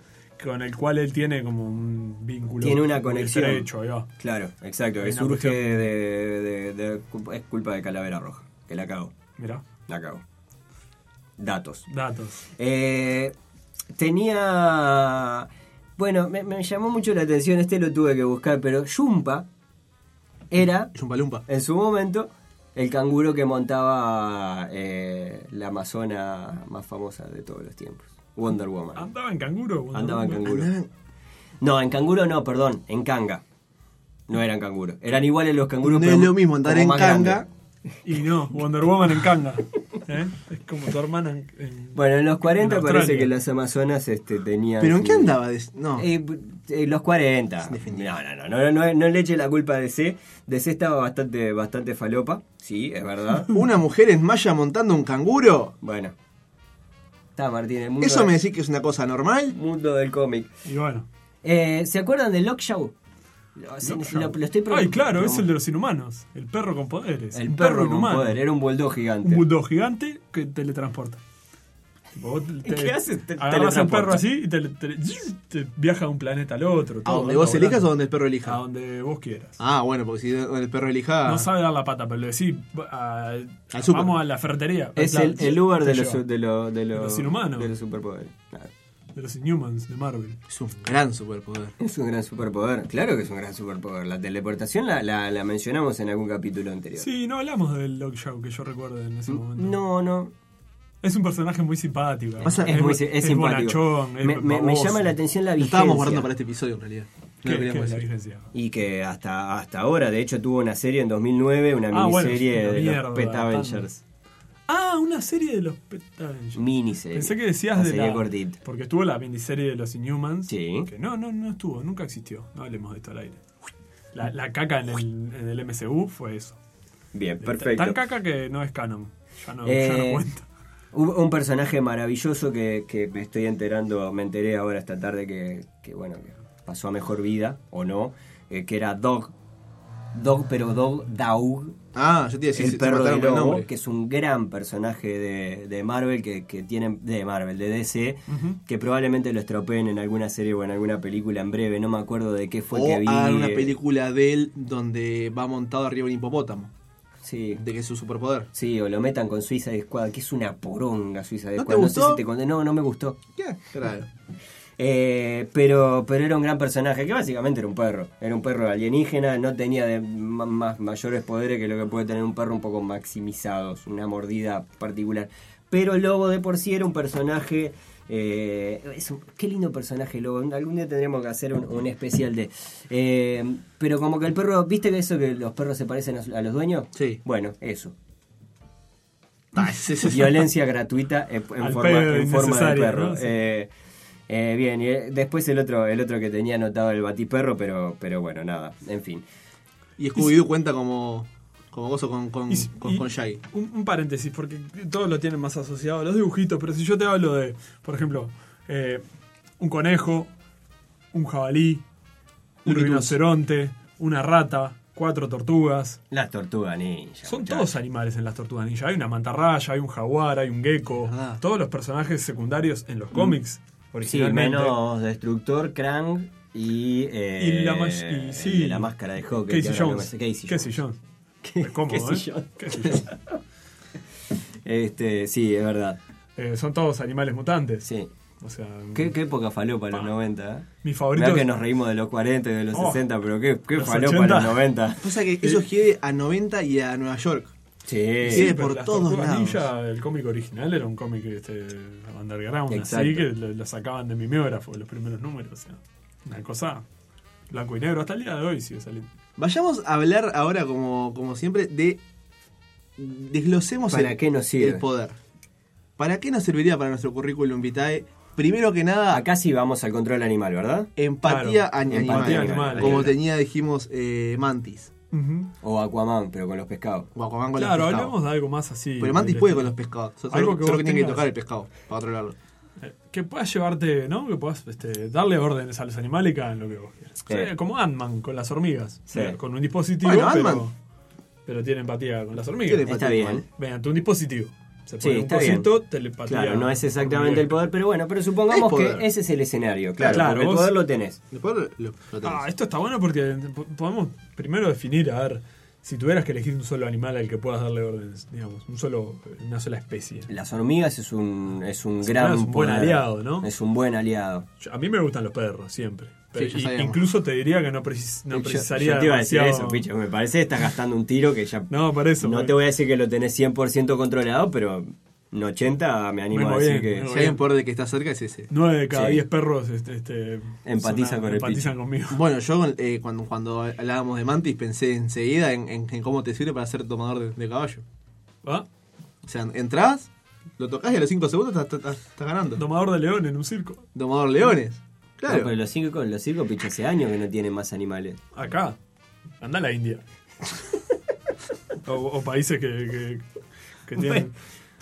[SPEAKER 4] con el cual él tiene como un vínculo.
[SPEAKER 3] Tiene una
[SPEAKER 4] muy
[SPEAKER 3] conexión.
[SPEAKER 4] estrecho, ahí va.
[SPEAKER 3] Claro, exacto.
[SPEAKER 4] Hay
[SPEAKER 3] Que
[SPEAKER 4] una
[SPEAKER 3] surge
[SPEAKER 4] cuestión.
[SPEAKER 3] de, de- de- culpa- Es culpa de Calavera Roja. Que la cago.
[SPEAKER 4] Mirá,
[SPEAKER 3] La cago. Datos.
[SPEAKER 4] datos.
[SPEAKER 3] Eh, tenía. Bueno, me, me llamó mucho la atención. Este lo tuve que buscar, pero Jumpa era
[SPEAKER 2] Lumpa Lumpa.
[SPEAKER 3] en su momento el canguro que montaba eh, la amazona más famosa de todos los tiempos, Wonder Woman.
[SPEAKER 4] ¿Andaba en canguro? Wonder
[SPEAKER 3] Andaba en
[SPEAKER 4] Woman?
[SPEAKER 3] canguro. No, en canguro no, perdón, en canga. No eran canguro. Eran iguales los
[SPEAKER 2] No
[SPEAKER 3] canguros, pero
[SPEAKER 2] es lo mismo andar
[SPEAKER 3] como
[SPEAKER 2] en
[SPEAKER 3] más
[SPEAKER 2] canga.
[SPEAKER 3] grandes.
[SPEAKER 4] Y no, Wonder Woman en canga. ¿eh? Es como tu hermana en. en-
[SPEAKER 3] Bueno, en los 40
[SPEAKER 4] en
[SPEAKER 3] parece
[SPEAKER 4] Australia.
[SPEAKER 3] que las amazonas este, tenían...
[SPEAKER 2] ¿Pero en qué
[SPEAKER 3] su-
[SPEAKER 2] andaba? Des- No.
[SPEAKER 3] Eh, eh, los 40. No, no, no, no, no, no le eche la culpa a DC. DC estaba bastante, bastante falopa, sí, es verdad.
[SPEAKER 2] ¿Una mujer en malla montando un canguro?
[SPEAKER 3] bueno. Está Martín, el mundo,
[SPEAKER 2] ¿Eso me
[SPEAKER 3] del,
[SPEAKER 2] decís que es una cosa normal?
[SPEAKER 3] mundo del cómic.
[SPEAKER 4] Y bueno.
[SPEAKER 3] Eh, ¿Se acuerdan de Lockshaw? Lo, se-
[SPEAKER 4] Lockjaw.
[SPEAKER 3] lo- lo estoy pro-
[SPEAKER 4] Ay, claro,
[SPEAKER 3] pro-
[SPEAKER 4] es el de los inhumanos. El perro con poderes.
[SPEAKER 3] el
[SPEAKER 4] un
[SPEAKER 3] perro, con este.
[SPEAKER 4] inhumano.
[SPEAKER 3] poder. Era un bulldog
[SPEAKER 4] Un
[SPEAKER 3] gigante.
[SPEAKER 4] bulldog gigante que teletransporta. Tipo, vos te-
[SPEAKER 3] ¿Qué haces? Te-
[SPEAKER 4] agarras un
[SPEAKER 3] teletransporta.
[SPEAKER 4] perro así y te, te- te viaja de un planeta al otro.
[SPEAKER 2] ¿A
[SPEAKER 4] todo,
[SPEAKER 2] donde
[SPEAKER 4] anda
[SPEAKER 2] Ah, vos elijas o
[SPEAKER 4] volando.
[SPEAKER 2] donde el perro
[SPEAKER 4] A
[SPEAKER 2] elija?
[SPEAKER 4] donde vos quieras.
[SPEAKER 2] Ah, bueno, porque si donde el perro elija.
[SPEAKER 3] Ah.
[SPEAKER 4] No sabe dar la pata, pero le decís, ah,
[SPEAKER 2] Al súper.
[SPEAKER 4] vamos a la ferretería.
[SPEAKER 3] Es
[SPEAKER 4] Claro,
[SPEAKER 3] el, el Uber de
[SPEAKER 4] te
[SPEAKER 3] los,
[SPEAKER 4] lleva.
[SPEAKER 3] su- de lo- de lo-
[SPEAKER 4] los inhumanos.
[SPEAKER 3] De los superpoderes. Claro.
[SPEAKER 4] De los Inhumans de Marvel.
[SPEAKER 2] Es un gran superpoder.
[SPEAKER 3] Es un gran superpoder. Claro que es un gran superpoder. La teleportación la, la- la mencionamos en algún capítulo anterior.
[SPEAKER 4] Sí, no hablamos del Lockshaw que yo recuerdo en ese momento.
[SPEAKER 3] No, no.
[SPEAKER 4] Es un personaje muy simpático.
[SPEAKER 2] Pasa-
[SPEAKER 3] Es, muy, es, simpático.
[SPEAKER 4] bonachón, es
[SPEAKER 3] me, me- me
[SPEAKER 4] baboso.
[SPEAKER 3] llama la atención la
[SPEAKER 2] Lo
[SPEAKER 3] vigencia.
[SPEAKER 2] estábamos guardando para este episodio en realidad. No
[SPEAKER 4] ¿Qué-
[SPEAKER 2] lo
[SPEAKER 4] qué
[SPEAKER 2] queríamos
[SPEAKER 4] es la
[SPEAKER 2] decir.
[SPEAKER 4] vigencia?
[SPEAKER 3] Y que hasta, hasta ahora, de hecho, tuvo una serie en 2009, una
[SPEAKER 4] Ah, bueno,
[SPEAKER 3] miniserie
[SPEAKER 4] una
[SPEAKER 3] de
[SPEAKER 4] mierda,
[SPEAKER 3] los Pet Avengers.
[SPEAKER 4] Ah, una serie de los Pet Avengers.
[SPEAKER 3] Miniserie.
[SPEAKER 4] Pensé que decías
[SPEAKER 3] La
[SPEAKER 4] de
[SPEAKER 3] serie
[SPEAKER 4] la.
[SPEAKER 3] cortita.
[SPEAKER 4] Porque estuvo la miniserie de los Inhumans.
[SPEAKER 3] Sí.
[SPEAKER 4] Que no, no, no estuvo, nunca existió. No hablemos de esto al aire. La, la caca en el, en el MCU fue eso.
[SPEAKER 3] Bien, perfecto.
[SPEAKER 4] Tan caca que no es canon. Ya no, ya no
[SPEAKER 3] Eh,
[SPEAKER 4] cuenta.
[SPEAKER 3] Hubo un personaje maravilloso que, que me estoy enterando, me enteré ahora esta tarde que, que, bueno, que pasó a mejor vida, o no, eh, que era Dog. Dog, pero Dog Daug,
[SPEAKER 2] Ah, yo te iba a decir, se-
[SPEAKER 3] el
[SPEAKER 2] se
[SPEAKER 3] perro
[SPEAKER 2] mataron
[SPEAKER 3] de
[SPEAKER 2] con el
[SPEAKER 3] lobo,
[SPEAKER 2] nombre.
[SPEAKER 3] que es un gran personaje de, de Marvel, que, que tienen, de Marvel, de DC, que probablemente lo estropeen en alguna serie o en alguna película en breve, no me acuerdo de qué fue que vi.
[SPEAKER 2] O hagan una
[SPEAKER 3] eh,
[SPEAKER 2] película de él donde va montado arriba un hipopótamo.
[SPEAKER 3] Sí.
[SPEAKER 2] De que es su superpoder.
[SPEAKER 3] Sí, o lo metan con Suiza de Squad, que es una poronga Suiza de
[SPEAKER 2] ¿No te
[SPEAKER 3] Squad. No sé
[SPEAKER 2] gustó?
[SPEAKER 3] si te conté- No, no me gustó.
[SPEAKER 2] ¿Qué? Claro.
[SPEAKER 3] Eh, pero, pero era un gran personaje, que básicamente era un perro. Era un perro alienígena, no tenía de ma- ma- mayores poderes que lo que puede tener un perro un poco maximizados, una mordida particular. Pero Lobo de por sí era un personaje... eh, es un- qué lindo personaje Lobo. Algún día tendremos que hacer un, un especial de... eh, pero como que el perro... ¿Viste que eso que los perros se parecen a, su- a los dueños?
[SPEAKER 2] Sí.
[SPEAKER 3] Bueno, eso.
[SPEAKER 2] Ah, ese- ese-
[SPEAKER 3] Violencia gratuita eh, en,
[SPEAKER 4] Al
[SPEAKER 3] forma,
[SPEAKER 4] pedo
[SPEAKER 3] en forma de
[SPEAKER 4] innecesaria,
[SPEAKER 3] perro.
[SPEAKER 4] ¿no? Sí.
[SPEAKER 3] Eh, eh, bien, y eh, después el otro, el otro que tenía anotado el batiperro, pero, pero bueno, nada, en fin.
[SPEAKER 2] Y Scooby-Doo cuenta como. Como gozo con,
[SPEAKER 3] Mm,
[SPEAKER 2] con,
[SPEAKER 4] Y si-
[SPEAKER 2] con,
[SPEAKER 4] y-
[SPEAKER 2] con Shaggy.
[SPEAKER 4] Un, un paréntesis, porque todos lo tienen más asociado a los dibujitos, pero si yo te hablo de, por ejemplo, eh, un conejo, un jabalí, un
[SPEAKER 2] Looney Tunes.
[SPEAKER 4] rinoceronte, una rata, cuatro tortugas.
[SPEAKER 3] Las tortugas ninja.
[SPEAKER 4] Son
[SPEAKER 3] muchachos.
[SPEAKER 4] todos animales en las tortugas ninja. Hay una mantarraya, hay un jaguar, hay un gecko.
[SPEAKER 2] Verdad.
[SPEAKER 4] Todos los personajes secundarios en los cómics
[SPEAKER 3] Mm. Sí,
[SPEAKER 4] originalmente.
[SPEAKER 3] menos Destructor, Krang y, eh,
[SPEAKER 4] Y la mas- y sí.
[SPEAKER 3] el de la máscara de hockey.
[SPEAKER 4] Casey
[SPEAKER 3] que ahora no
[SPEAKER 4] Jones.
[SPEAKER 3] me sé- Casey Jones.
[SPEAKER 4] Jones.
[SPEAKER 3] Qué-
[SPEAKER 4] Es cómodo,
[SPEAKER 3] qué
[SPEAKER 4] ¿eh?
[SPEAKER 3] sillón.
[SPEAKER 4] Qué sillón.
[SPEAKER 3] Este, sí, es verdad.
[SPEAKER 4] Eh, son todos animales mutantes.
[SPEAKER 3] Sí.
[SPEAKER 4] O sea,
[SPEAKER 3] Qué, qué época falopa los
[SPEAKER 4] Mm. Pa.
[SPEAKER 3] 90. ¿eh?
[SPEAKER 4] mi
[SPEAKER 3] Mirá
[SPEAKER 4] favorito.
[SPEAKER 3] que nos reímos de los 40 y de los
[SPEAKER 4] Oh,
[SPEAKER 3] 60, pero qué, qué
[SPEAKER 4] los
[SPEAKER 3] falopa
[SPEAKER 4] 80.
[SPEAKER 3] los 90.
[SPEAKER 2] Pasa que eso quiere a 90 y a Nueva York.
[SPEAKER 3] Sí.
[SPEAKER 2] Sí,
[SPEAKER 4] pero
[SPEAKER 2] por
[SPEAKER 4] las
[SPEAKER 2] todos
[SPEAKER 4] Tortugas
[SPEAKER 2] lados.
[SPEAKER 4] Ninja, el cómic original era un cómic este, underground, así
[SPEAKER 3] Exacto.
[SPEAKER 4] que lo, lo sacaban de mimeógrafo los primeros números. o sea, una cosa blanco y negro hasta el día de hoy sigue saliendo.
[SPEAKER 2] Vayamos a hablar ahora, como, como siempre, de. Desglosemos
[SPEAKER 3] ¿Para
[SPEAKER 2] el,
[SPEAKER 3] qué nos sirve?
[SPEAKER 2] el poder. ¿Para qué nos serviría para nuestro currículum vitae? Primero que nada,
[SPEAKER 3] Acá sí vamos al control animal, ¿verdad?
[SPEAKER 2] empatía,
[SPEAKER 4] Claro,
[SPEAKER 2] ani-
[SPEAKER 3] empatía
[SPEAKER 2] animal,
[SPEAKER 4] animal.
[SPEAKER 2] Como tenía, dijimos, eh, Mantis.
[SPEAKER 3] O Aquaman, pero con los pescados.
[SPEAKER 2] Guacamán con
[SPEAKER 4] Claro,
[SPEAKER 2] los pescados.
[SPEAKER 4] hablemos de algo más así. este,
[SPEAKER 2] Pero Mantis
[SPEAKER 4] del
[SPEAKER 2] puede con
[SPEAKER 4] estilo.
[SPEAKER 2] los pescados. Solo,
[SPEAKER 4] Algo
[SPEAKER 2] solo
[SPEAKER 4] que
[SPEAKER 2] que,
[SPEAKER 4] vos
[SPEAKER 2] tienen que
[SPEAKER 4] tengas.
[SPEAKER 2] tocar el pescado para otro
[SPEAKER 4] Eh, Que puedas llevarte, ¿no? Que puedas este, darle órdenes a los animales que hagan lo que vos quieras.
[SPEAKER 3] Sí.
[SPEAKER 4] O sea, como Ant-Man con las hormigas.
[SPEAKER 3] Sí.
[SPEAKER 4] O sea, Con un dispositivo,
[SPEAKER 2] Bueno,
[SPEAKER 4] pero,
[SPEAKER 2] Ant-Man.
[SPEAKER 4] pero tiene empatía con las hormigas.
[SPEAKER 2] Tiene
[SPEAKER 4] Venga,
[SPEAKER 2] empatía.
[SPEAKER 3] Está bien.
[SPEAKER 4] ante un dispositivo. Se
[SPEAKER 3] Sí,
[SPEAKER 4] pone un
[SPEAKER 3] está bien.
[SPEAKER 4] cosito, telepatía.
[SPEAKER 3] Claro, no es exactamente el poder, pero bueno, pero
[SPEAKER 2] Es
[SPEAKER 3] supongamos
[SPEAKER 2] poder.
[SPEAKER 3] que ese es el escenario. Claro,
[SPEAKER 4] Claro,
[SPEAKER 3] porque el
[SPEAKER 4] vos-
[SPEAKER 3] poder lo tenés.
[SPEAKER 2] Después lo, lo tenés.
[SPEAKER 4] Ah, esto está bueno porque po- podemos primero definir, a ver, si tuvieras que elegir un solo animal al que puedas darle órdenes, digamos, un solo, una sola especie.
[SPEAKER 3] Las hormigas es un, es un gran
[SPEAKER 4] claro, es un buen
[SPEAKER 3] poder.
[SPEAKER 4] aliado, ¿no?
[SPEAKER 3] Es un buen aliado.
[SPEAKER 4] Yo- A mí me gustan los perros, siempre. Pero
[SPEAKER 2] ya
[SPEAKER 4] y-
[SPEAKER 2] sabíamos.
[SPEAKER 4] incluso te diría que no, precis- no
[SPEAKER 3] Yo-
[SPEAKER 4] precisaría
[SPEAKER 3] yo te iba a decir
[SPEAKER 4] demasiado-
[SPEAKER 3] eso, picho. Me parece que estás gastando un tiro que ya.
[SPEAKER 4] No, por eso.
[SPEAKER 3] No
[SPEAKER 4] porque-
[SPEAKER 3] te voy a decir que lo tenés 100% controlado, pero en 80 me animo
[SPEAKER 4] Vengo
[SPEAKER 3] a decir
[SPEAKER 4] bien,
[SPEAKER 3] que.
[SPEAKER 4] vengo
[SPEAKER 2] si hay un poder de que está cerca es ese.
[SPEAKER 4] Nueve de cada
[SPEAKER 3] Sí.
[SPEAKER 4] diez perros este, este,
[SPEAKER 3] Empatizan
[SPEAKER 4] son-
[SPEAKER 3] con el
[SPEAKER 4] empatizan conmigo.
[SPEAKER 2] Bueno, yo eh, cuando, cuando hablábamos de Mantis pensé enseguida en, en- en cómo te sirve para ser tomador de, de caballo.
[SPEAKER 4] ¿Va?
[SPEAKER 2] O sea, entras, lo tocas y a los 5 segundos estás estás- estás ganando.
[SPEAKER 4] Domador de león en un circo.
[SPEAKER 2] Domador leones.
[SPEAKER 3] No,
[SPEAKER 2] Claro.
[SPEAKER 3] pero los circos, los circos, picho, hace años que no tienen más animales.
[SPEAKER 4] Acá. Anda a la India. o, o países que, que, que tienen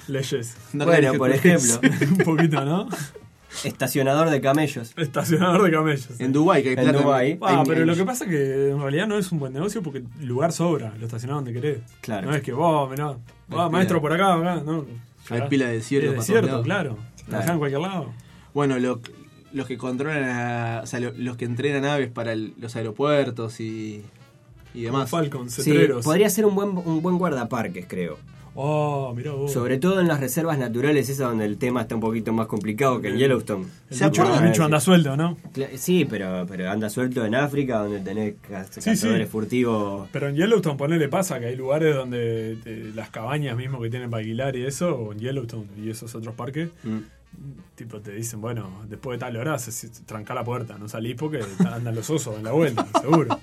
[SPEAKER 4] leyes.
[SPEAKER 2] No
[SPEAKER 3] bueno,
[SPEAKER 2] creo
[SPEAKER 3] por
[SPEAKER 2] que-
[SPEAKER 3] ejemplo,
[SPEAKER 4] un poquito, ¿no?
[SPEAKER 3] estacionador de camellos.
[SPEAKER 4] Estacionador de camellos.
[SPEAKER 2] En Dubái, que hay
[SPEAKER 3] En
[SPEAKER 2] plata.
[SPEAKER 3] Dubái.
[SPEAKER 4] Ah,
[SPEAKER 2] hay-
[SPEAKER 4] pero
[SPEAKER 2] hay-
[SPEAKER 4] lo que pasa es que en realidad no es un buen negocio porque lugar sobra, lo estacionás donde querés.
[SPEAKER 3] Claro.
[SPEAKER 4] No es que vos, mirá,
[SPEAKER 2] pila.
[SPEAKER 4] va, maestro por acá, acá, no.
[SPEAKER 2] Hay pila de desierto
[SPEAKER 4] Es
[SPEAKER 2] para
[SPEAKER 4] desierto,
[SPEAKER 2] todos
[SPEAKER 4] claro. Lo dejan en cualquier lado.
[SPEAKER 2] Bueno, lo- los que controlan, a- o sea, lo- los que entrenan aves para el- los aeropuertos y, y demás.
[SPEAKER 4] Falcon,
[SPEAKER 3] Sí,
[SPEAKER 4] cetreros.
[SPEAKER 3] podría ser un buen, un buen guardaparques, creo.
[SPEAKER 4] Oh, mirá vos.
[SPEAKER 3] Sobre todo en las reservas naturales, esa donde el tema está un poquito más complicado que en Yellowstone.
[SPEAKER 4] El
[SPEAKER 2] ¿Se
[SPEAKER 4] bicho,
[SPEAKER 2] acuerdan?
[SPEAKER 4] el bicho anda suelto, ¿no?
[SPEAKER 3] Cla- Sí, pero, pero anda suelto en África, donde tenés caz-
[SPEAKER 4] Sí,
[SPEAKER 3] cazadores
[SPEAKER 4] sí.
[SPEAKER 3] furtivos.
[SPEAKER 4] Pero en Yellowstone ponele pasa que hay lugares donde te- las cabañas mismo que tienen para alquilar y eso, o en Yellowstone y esos otros parques,
[SPEAKER 3] Mm.
[SPEAKER 4] tipo te dicen, bueno, después de tal hora se, se- tranca la puerta, no salís porque andan los osos en la vuelta, seguro.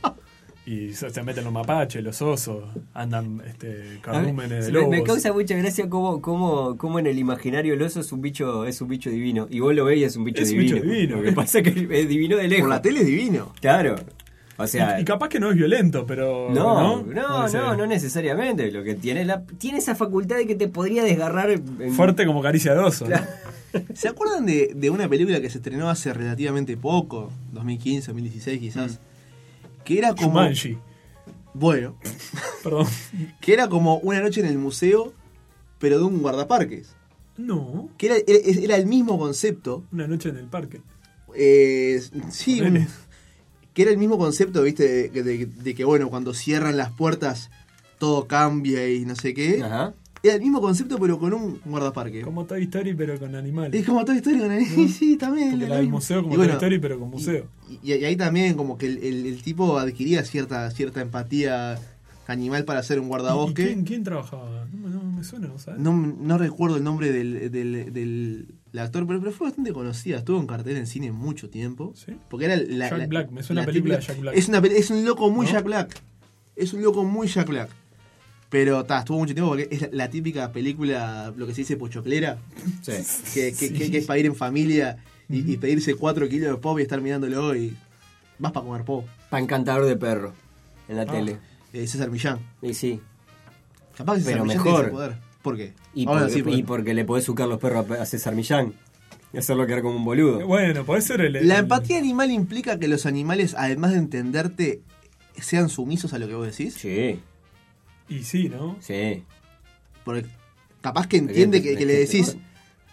[SPEAKER 4] Y se, se meten los mapaches, los osos, andan este,
[SPEAKER 3] A mí-
[SPEAKER 4] cardúmenes de
[SPEAKER 3] me,
[SPEAKER 4] lobos.
[SPEAKER 3] me causa mucha gracia cómo, cómo, cómo en el imaginario el oso es un bicho, es un bicho divino. Y vos lo veis, es un bicho
[SPEAKER 4] Es un
[SPEAKER 3] divino.
[SPEAKER 4] bicho divino.
[SPEAKER 3] Lo que pasa es que es divino de lejos.
[SPEAKER 2] Por la tele es divino.
[SPEAKER 3] Claro. O
[SPEAKER 4] Y-
[SPEAKER 3] sea.
[SPEAKER 4] y, capaz que no es violento, pero...
[SPEAKER 3] No, no,
[SPEAKER 4] no,
[SPEAKER 3] no,
[SPEAKER 4] Ese-
[SPEAKER 3] no, necesariamente. Lo que tiene la tiene esa facultad de que te podría desgarrar en-
[SPEAKER 4] Fuerte como caricia de oso. ¿no?
[SPEAKER 2] ¿Se acuerdan de, de una película que se estrenó hace relativamente poco? 2015, 2016 quizás. Que era como...
[SPEAKER 4] Mm. Jumanji.
[SPEAKER 2] Bueno,
[SPEAKER 4] Perdón.
[SPEAKER 2] que era como una noche en el museo, pero de un guardaparques.
[SPEAKER 4] No,
[SPEAKER 2] Que era, era- era el mismo concepto.
[SPEAKER 4] una noche en el parque.
[SPEAKER 2] eh, sí,
[SPEAKER 4] Ponele.
[SPEAKER 2] un- que era el mismo concepto, viste, de, de- de que bueno, cuando cierran las puertas todo cambia y no sé qué.
[SPEAKER 3] Ajá.
[SPEAKER 2] Era el mismo concepto, pero con un guardaparque.
[SPEAKER 4] Como Toy Story, pero con animales.
[SPEAKER 2] Es como Toy Story con el... Sí, sí, también.
[SPEAKER 4] Porque
[SPEAKER 2] es lo
[SPEAKER 4] la del
[SPEAKER 2] mismo.
[SPEAKER 4] museo como
[SPEAKER 2] Y bueno,
[SPEAKER 4] Toy Story, pero con museo.
[SPEAKER 2] Y, y- y ahí también como que el, el- el tipo adquiría cierta, cierta empatía animal para ser un
[SPEAKER 4] ¿Y
[SPEAKER 2] guardabosque.
[SPEAKER 4] quién, quién trabajaba? No, no me suena, ¿no sabes?
[SPEAKER 2] No, no recuerdo el nombre del, del- del- del actor, pero, pero fue bastante conocida. Estuvo en cartel en cine mucho tiempo.
[SPEAKER 4] ¿Sí?
[SPEAKER 2] Porque era la,
[SPEAKER 4] Jack
[SPEAKER 2] la-
[SPEAKER 4] Black, me suena
[SPEAKER 2] la
[SPEAKER 4] a película de
[SPEAKER 2] típica-
[SPEAKER 4] Jack Black.
[SPEAKER 2] Es, una peli- es un loco muy
[SPEAKER 4] ¿No?
[SPEAKER 2] Jack Black. Es un loco muy Jack Black. Pero ta, estuvo mucho tiempo porque es la, la típica película, lo que se dice pochoclera,
[SPEAKER 3] Sí.
[SPEAKER 2] que, que, que- que es para ir en familia y, y pedirse 4 kilos de pop y estar mirándolo y vas para comer pop.
[SPEAKER 3] Pan cantador de perro en la
[SPEAKER 4] Ah.
[SPEAKER 3] tele.
[SPEAKER 2] Eh, César Millán.
[SPEAKER 3] Y sí.
[SPEAKER 2] Capaz que César
[SPEAKER 3] Pero
[SPEAKER 2] Millán
[SPEAKER 3] mejor.
[SPEAKER 2] tiene ese poder. ¿Por qué?
[SPEAKER 3] Y,
[SPEAKER 2] Ahora
[SPEAKER 3] porque,
[SPEAKER 2] sí, pues. porque-
[SPEAKER 3] y porque le podés sucar los perros a a César Millán y hacerlo quedar como un boludo.
[SPEAKER 4] Bueno, puede ser el.
[SPEAKER 2] La
[SPEAKER 4] el-
[SPEAKER 2] empatía animal implica que los animales, además de entenderte, sean sumisos a lo que vos decís.
[SPEAKER 3] Sí,
[SPEAKER 4] Y sí, ¿no?
[SPEAKER 3] sí.
[SPEAKER 2] Porque capaz que entiende que, que le
[SPEAKER 3] Evidente,
[SPEAKER 2] decís,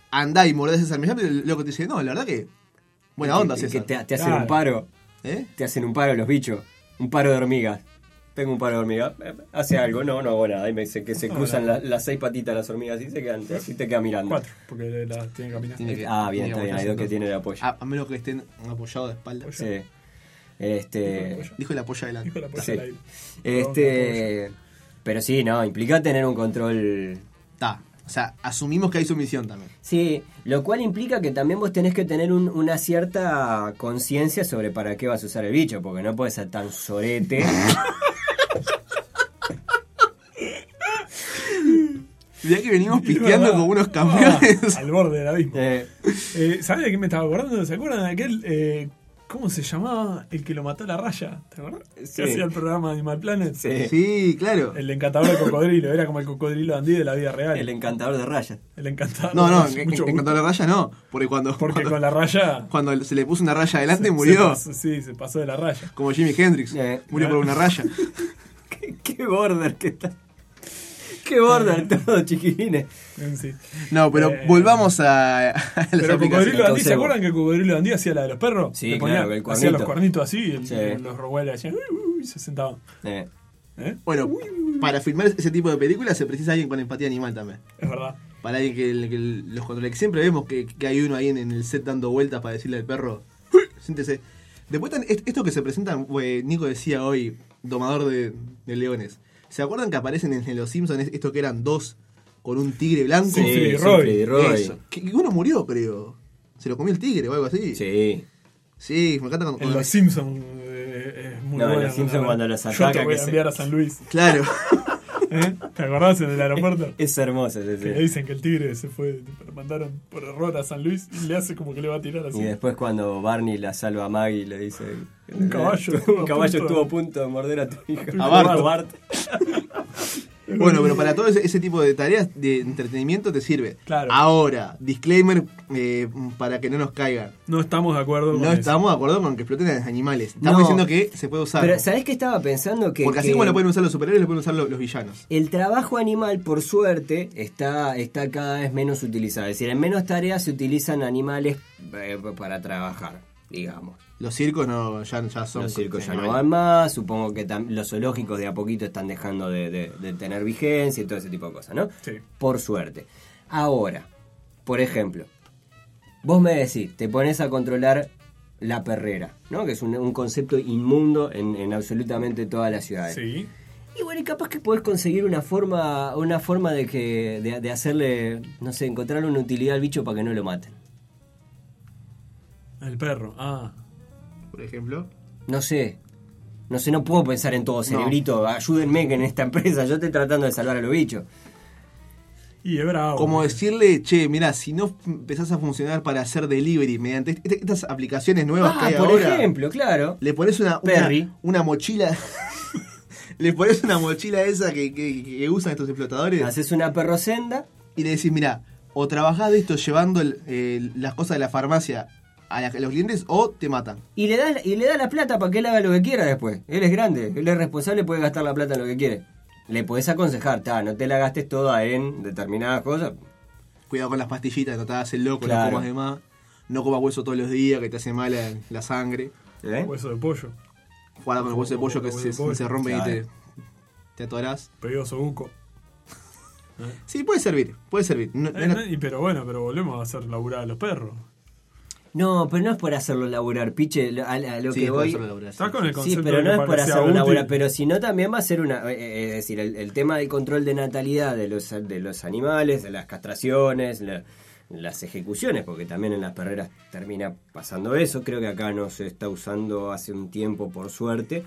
[SPEAKER 2] andá y mordés a César Millán, pero el loco te dice, no, la verdad que. Buena onda,
[SPEAKER 3] Que- que
[SPEAKER 2] César.
[SPEAKER 3] te, te hacen
[SPEAKER 4] Claro.
[SPEAKER 3] un paro.
[SPEAKER 2] ¿Eh?
[SPEAKER 3] Te hacen un paro los bichos. Un paro de hormigas. Tengo un paro de hormigas. Eh, Hace algo. No, no hago nada. Y me dice que se
[SPEAKER 4] No,
[SPEAKER 3] cruzan
[SPEAKER 4] no.
[SPEAKER 3] la- las seis patitas las hormigas y se quedan. Así te queda mirando.
[SPEAKER 4] Cuatro, porque la tienen que caminar.
[SPEAKER 2] Tiene que-
[SPEAKER 3] Ah, bien,
[SPEAKER 2] tiene
[SPEAKER 3] está bien.
[SPEAKER 2] aguantarse
[SPEAKER 3] Hay dos que
[SPEAKER 2] entonces.
[SPEAKER 3] tienen el apoyo.
[SPEAKER 4] Ah,
[SPEAKER 2] A, a menos que estén apoyados de espalda.
[SPEAKER 4] Apoyo.
[SPEAKER 3] sí. Este.
[SPEAKER 2] Dijo el apoyo
[SPEAKER 4] Hijo de
[SPEAKER 2] adelante.
[SPEAKER 4] la puta
[SPEAKER 3] Sí.
[SPEAKER 4] al aire.
[SPEAKER 3] Este. Pero sí, no, implica tener un control.
[SPEAKER 2] Está. O sea, asumimos que hay sumisión también.
[SPEAKER 3] Sí, lo cual implica que también vos tenés que tener un- una cierta conciencia sobre para qué vas a usar el bicho, porque no puedes ser tan sorete.
[SPEAKER 2] Mirá que venimos
[SPEAKER 4] Y es
[SPEAKER 2] pisteando
[SPEAKER 4] verdad.
[SPEAKER 2] con unos
[SPEAKER 4] Ah,
[SPEAKER 2] campeones.
[SPEAKER 4] al borde del abismo.
[SPEAKER 3] Eh,
[SPEAKER 4] Eh, ¿Sabes de qué me estaba acordando? ¿Se acuerdan de aquel? eh, ¿Cómo se llamaba? El que lo mató a la raya. ¿Te acuerdas?
[SPEAKER 3] Sí.
[SPEAKER 4] Que hacía el programa Animal Planet.
[SPEAKER 3] sí.
[SPEAKER 2] Sí, claro.
[SPEAKER 4] El encantador de cocodrilo. Era como el cocodrilo Andy de la vida real.
[SPEAKER 3] El
[SPEAKER 4] El,
[SPEAKER 3] encantador de rayas.
[SPEAKER 4] encantador.
[SPEAKER 2] No, no, en,
[SPEAKER 4] Mucho
[SPEAKER 2] en-
[SPEAKER 4] gusto.
[SPEAKER 2] en cuanto a la raya no. Porque cuando,
[SPEAKER 4] Porque
[SPEAKER 2] cuando,
[SPEAKER 4] con la raya.
[SPEAKER 2] cuando se le puso una raya adelante
[SPEAKER 4] se
[SPEAKER 2] murió.
[SPEAKER 4] pasó- sí, se pasó de la raya.
[SPEAKER 2] Como Jimi Hendrix.
[SPEAKER 3] Eh,
[SPEAKER 2] murió
[SPEAKER 4] eh.
[SPEAKER 2] por una raya.
[SPEAKER 3] Qué, qué border que está. Qué border todo, chiquilines.
[SPEAKER 4] En sí.
[SPEAKER 2] No, pero
[SPEAKER 4] Eh.
[SPEAKER 2] volvamos a, a las
[SPEAKER 4] Pero
[SPEAKER 2] aplicaciones.
[SPEAKER 4] cocodrilo Dandy, ¿se
[SPEAKER 3] Entonces,
[SPEAKER 4] acuerdan que el cocodrilo Dandy hacía la de los perros?
[SPEAKER 3] Sí,
[SPEAKER 4] Le ponía-
[SPEAKER 3] claro, el
[SPEAKER 4] Hacía los
[SPEAKER 3] cuernito.
[SPEAKER 4] cuernitos así y el-
[SPEAKER 3] Sí.
[SPEAKER 4] y los rogueles hacían. "Uy, uy", y se sentaban.
[SPEAKER 3] Eh,
[SPEAKER 4] ¿Eh?
[SPEAKER 2] Bueno, para filmar ese tipo de películas se precisa alguien con empatía animal también.
[SPEAKER 4] Es verdad.
[SPEAKER 2] Para alguien que, que los controle. que Siempre vemos que, que hay uno ahí en, en el set dando vueltas para decirle al perro, siéntese. Después están est- estos que se presentan, güey, Nico decía hoy, domador de, de leones. ¿Se acuerdan que aparecen en en Los Simpsons es- estos que eran dos con un tigre blanco?
[SPEAKER 3] sí,
[SPEAKER 4] Sí, Freddy
[SPEAKER 3] Roy.
[SPEAKER 4] Roy.
[SPEAKER 3] Freddy Roy.
[SPEAKER 2] Eso. Que, que uno murió, creo. Se lo comió el tigre o algo así.
[SPEAKER 3] Sí.
[SPEAKER 2] Sí, me encanta cuando...
[SPEAKER 4] En
[SPEAKER 2] cuando-
[SPEAKER 4] Los Simpsons eh, es muy
[SPEAKER 3] No, en
[SPEAKER 4] bueno.
[SPEAKER 3] Los Simpson cuando los
[SPEAKER 4] Yo te
[SPEAKER 3] ataca
[SPEAKER 4] voy
[SPEAKER 3] que
[SPEAKER 4] a
[SPEAKER 3] se-
[SPEAKER 4] enviar a San Luis.
[SPEAKER 2] Claro.
[SPEAKER 4] ¿eh? ¿Te acordás en el aeropuerto?
[SPEAKER 3] Es hermoso ese.
[SPEAKER 4] Que le dicen que el tigre se fue, lo mandaron por error a San Luis y le hace como que le va a tirar así.
[SPEAKER 3] Y después cuando Barney la salva a Maggie le dice...
[SPEAKER 4] Un caballo estuvo
[SPEAKER 3] un
[SPEAKER 4] a
[SPEAKER 3] caballo
[SPEAKER 4] punto-
[SPEAKER 3] estuvo a punto de morder a tu hijo.
[SPEAKER 2] A Bart.
[SPEAKER 3] Bart.
[SPEAKER 2] Bueno, pero para todo ese, ese tipo de tareas de entretenimiento te sirve.
[SPEAKER 4] Claro.
[SPEAKER 2] Ahora, disclaimer eh, para que no nos caigan.
[SPEAKER 4] No estamos de acuerdo con
[SPEAKER 2] No
[SPEAKER 4] eso.
[SPEAKER 2] estamos de acuerdo con que exploten a los animales. Estamos
[SPEAKER 3] No.
[SPEAKER 2] diciendo que se puede usar.
[SPEAKER 3] Pero ¿sabés qué estaba pensando? Que,
[SPEAKER 2] Porque así
[SPEAKER 3] que
[SPEAKER 2] como lo pueden usar los superhéroes, lo pueden usar lo- los, villanos.
[SPEAKER 3] El trabajo animal, por suerte, está, está cada vez menos utilizado. Es decir, en menos tareas se utilizan animales eh, para trabajar, digamos.
[SPEAKER 2] Los circos no, ya, ya son.
[SPEAKER 3] Los circos ya no
[SPEAKER 2] animales.
[SPEAKER 3] van más, supongo que tam- los zoológicos de a poquito están dejando de, de- de tener vigencia y todo ese tipo de cosas, ¿no?
[SPEAKER 4] Sí.
[SPEAKER 3] Por suerte. Ahora, por ejemplo, vos me decís, te pones a controlar la perrera, ¿no? Que es un, un concepto inmundo en, en absolutamente todas las ciudades.
[SPEAKER 4] Sí.
[SPEAKER 3] Y bueno, y capaz que podés conseguir una forma, una forma de que. de, de hacerle, no sé, encontrar una utilidad al bicho para que no lo maten.
[SPEAKER 4] El perro. Ah.
[SPEAKER 2] Por ejemplo.
[SPEAKER 3] No sé. No sé, no puedo pensar en todo, cerebrito. Ayúdenme que en esta empresa yo estoy tratando de salvar a los bichos.
[SPEAKER 4] Y es bravo. ¿eh?
[SPEAKER 2] Como decirle, che, mira, si no empezás a funcionar para hacer delivery mediante est- estas aplicaciones nuevas que
[SPEAKER 3] Ah,
[SPEAKER 2] hay
[SPEAKER 3] por
[SPEAKER 2] ahora,
[SPEAKER 3] ejemplo, claro.
[SPEAKER 2] le pones una, una,
[SPEAKER 3] Perry.
[SPEAKER 2] una mochila. le pones una mochila esa que, que- que usan estos explotadores.
[SPEAKER 3] Haces una perrosenda.
[SPEAKER 2] y le decís, mira, o trabajás de esto llevando el- el- las cosas de la farmacia a, la- a los clientes o te matan.
[SPEAKER 3] Y le, das, y le das la plata para que él haga lo que quiera después. Él es grande, él es responsable, puede gastar la plata en lo que quiere. Le podés aconsejar, ta, no te la gastes toda en determinadas cosas.
[SPEAKER 2] Cuidado con las pastillitas, no te hagas el loco,
[SPEAKER 3] Claro.
[SPEAKER 2] no comas de más. No comas hueso todos los días, que te hace mal la, la sangre.
[SPEAKER 3] ¿eh?
[SPEAKER 2] Pues
[SPEAKER 4] Hueso de pollo.
[SPEAKER 2] Guarda con el hueso de pollo que
[SPEAKER 4] Hueso
[SPEAKER 2] se,
[SPEAKER 4] de pollo,
[SPEAKER 2] se rompe
[SPEAKER 3] claro.
[SPEAKER 2] y te, te atorás.
[SPEAKER 4] Pedido sobuco.
[SPEAKER 2] Sí, puede servir, puede servir. No- no
[SPEAKER 4] Eh,
[SPEAKER 2] era-
[SPEAKER 4] no, y pero bueno, pero volvemos a hacer laburar a los perros.
[SPEAKER 3] No, pero no es por hacerlo laburar, piche, lo- a, a lo
[SPEAKER 2] sí,
[SPEAKER 3] que
[SPEAKER 2] puede
[SPEAKER 3] voy.
[SPEAKER 2] ser laburar, sí.
[SPEAKER 4] Estás con el
[SPEAKER 3] Sí,
[SPEAKER 4] concepto
[SPEAKER 3] pero
[SPEAKER 4] de
[SPEAKER 3] no
[SPEAKER 4] que
[SPEAKER 3] es por
[SPEAKER 4] para que sea
[SPEAKER 3] hacerlo
[SPEAKER 4] útil.
[SPEAKER 3] laburar, pero si no también va a ser una, eh, eh, es decir, el, el tema del control de natalidad de los de los animales, de las castraciones, la- las ejecuciones, porque también en las perreras termina pasando eso. Creo que acá no se está usando hace un tiempo, por suerte,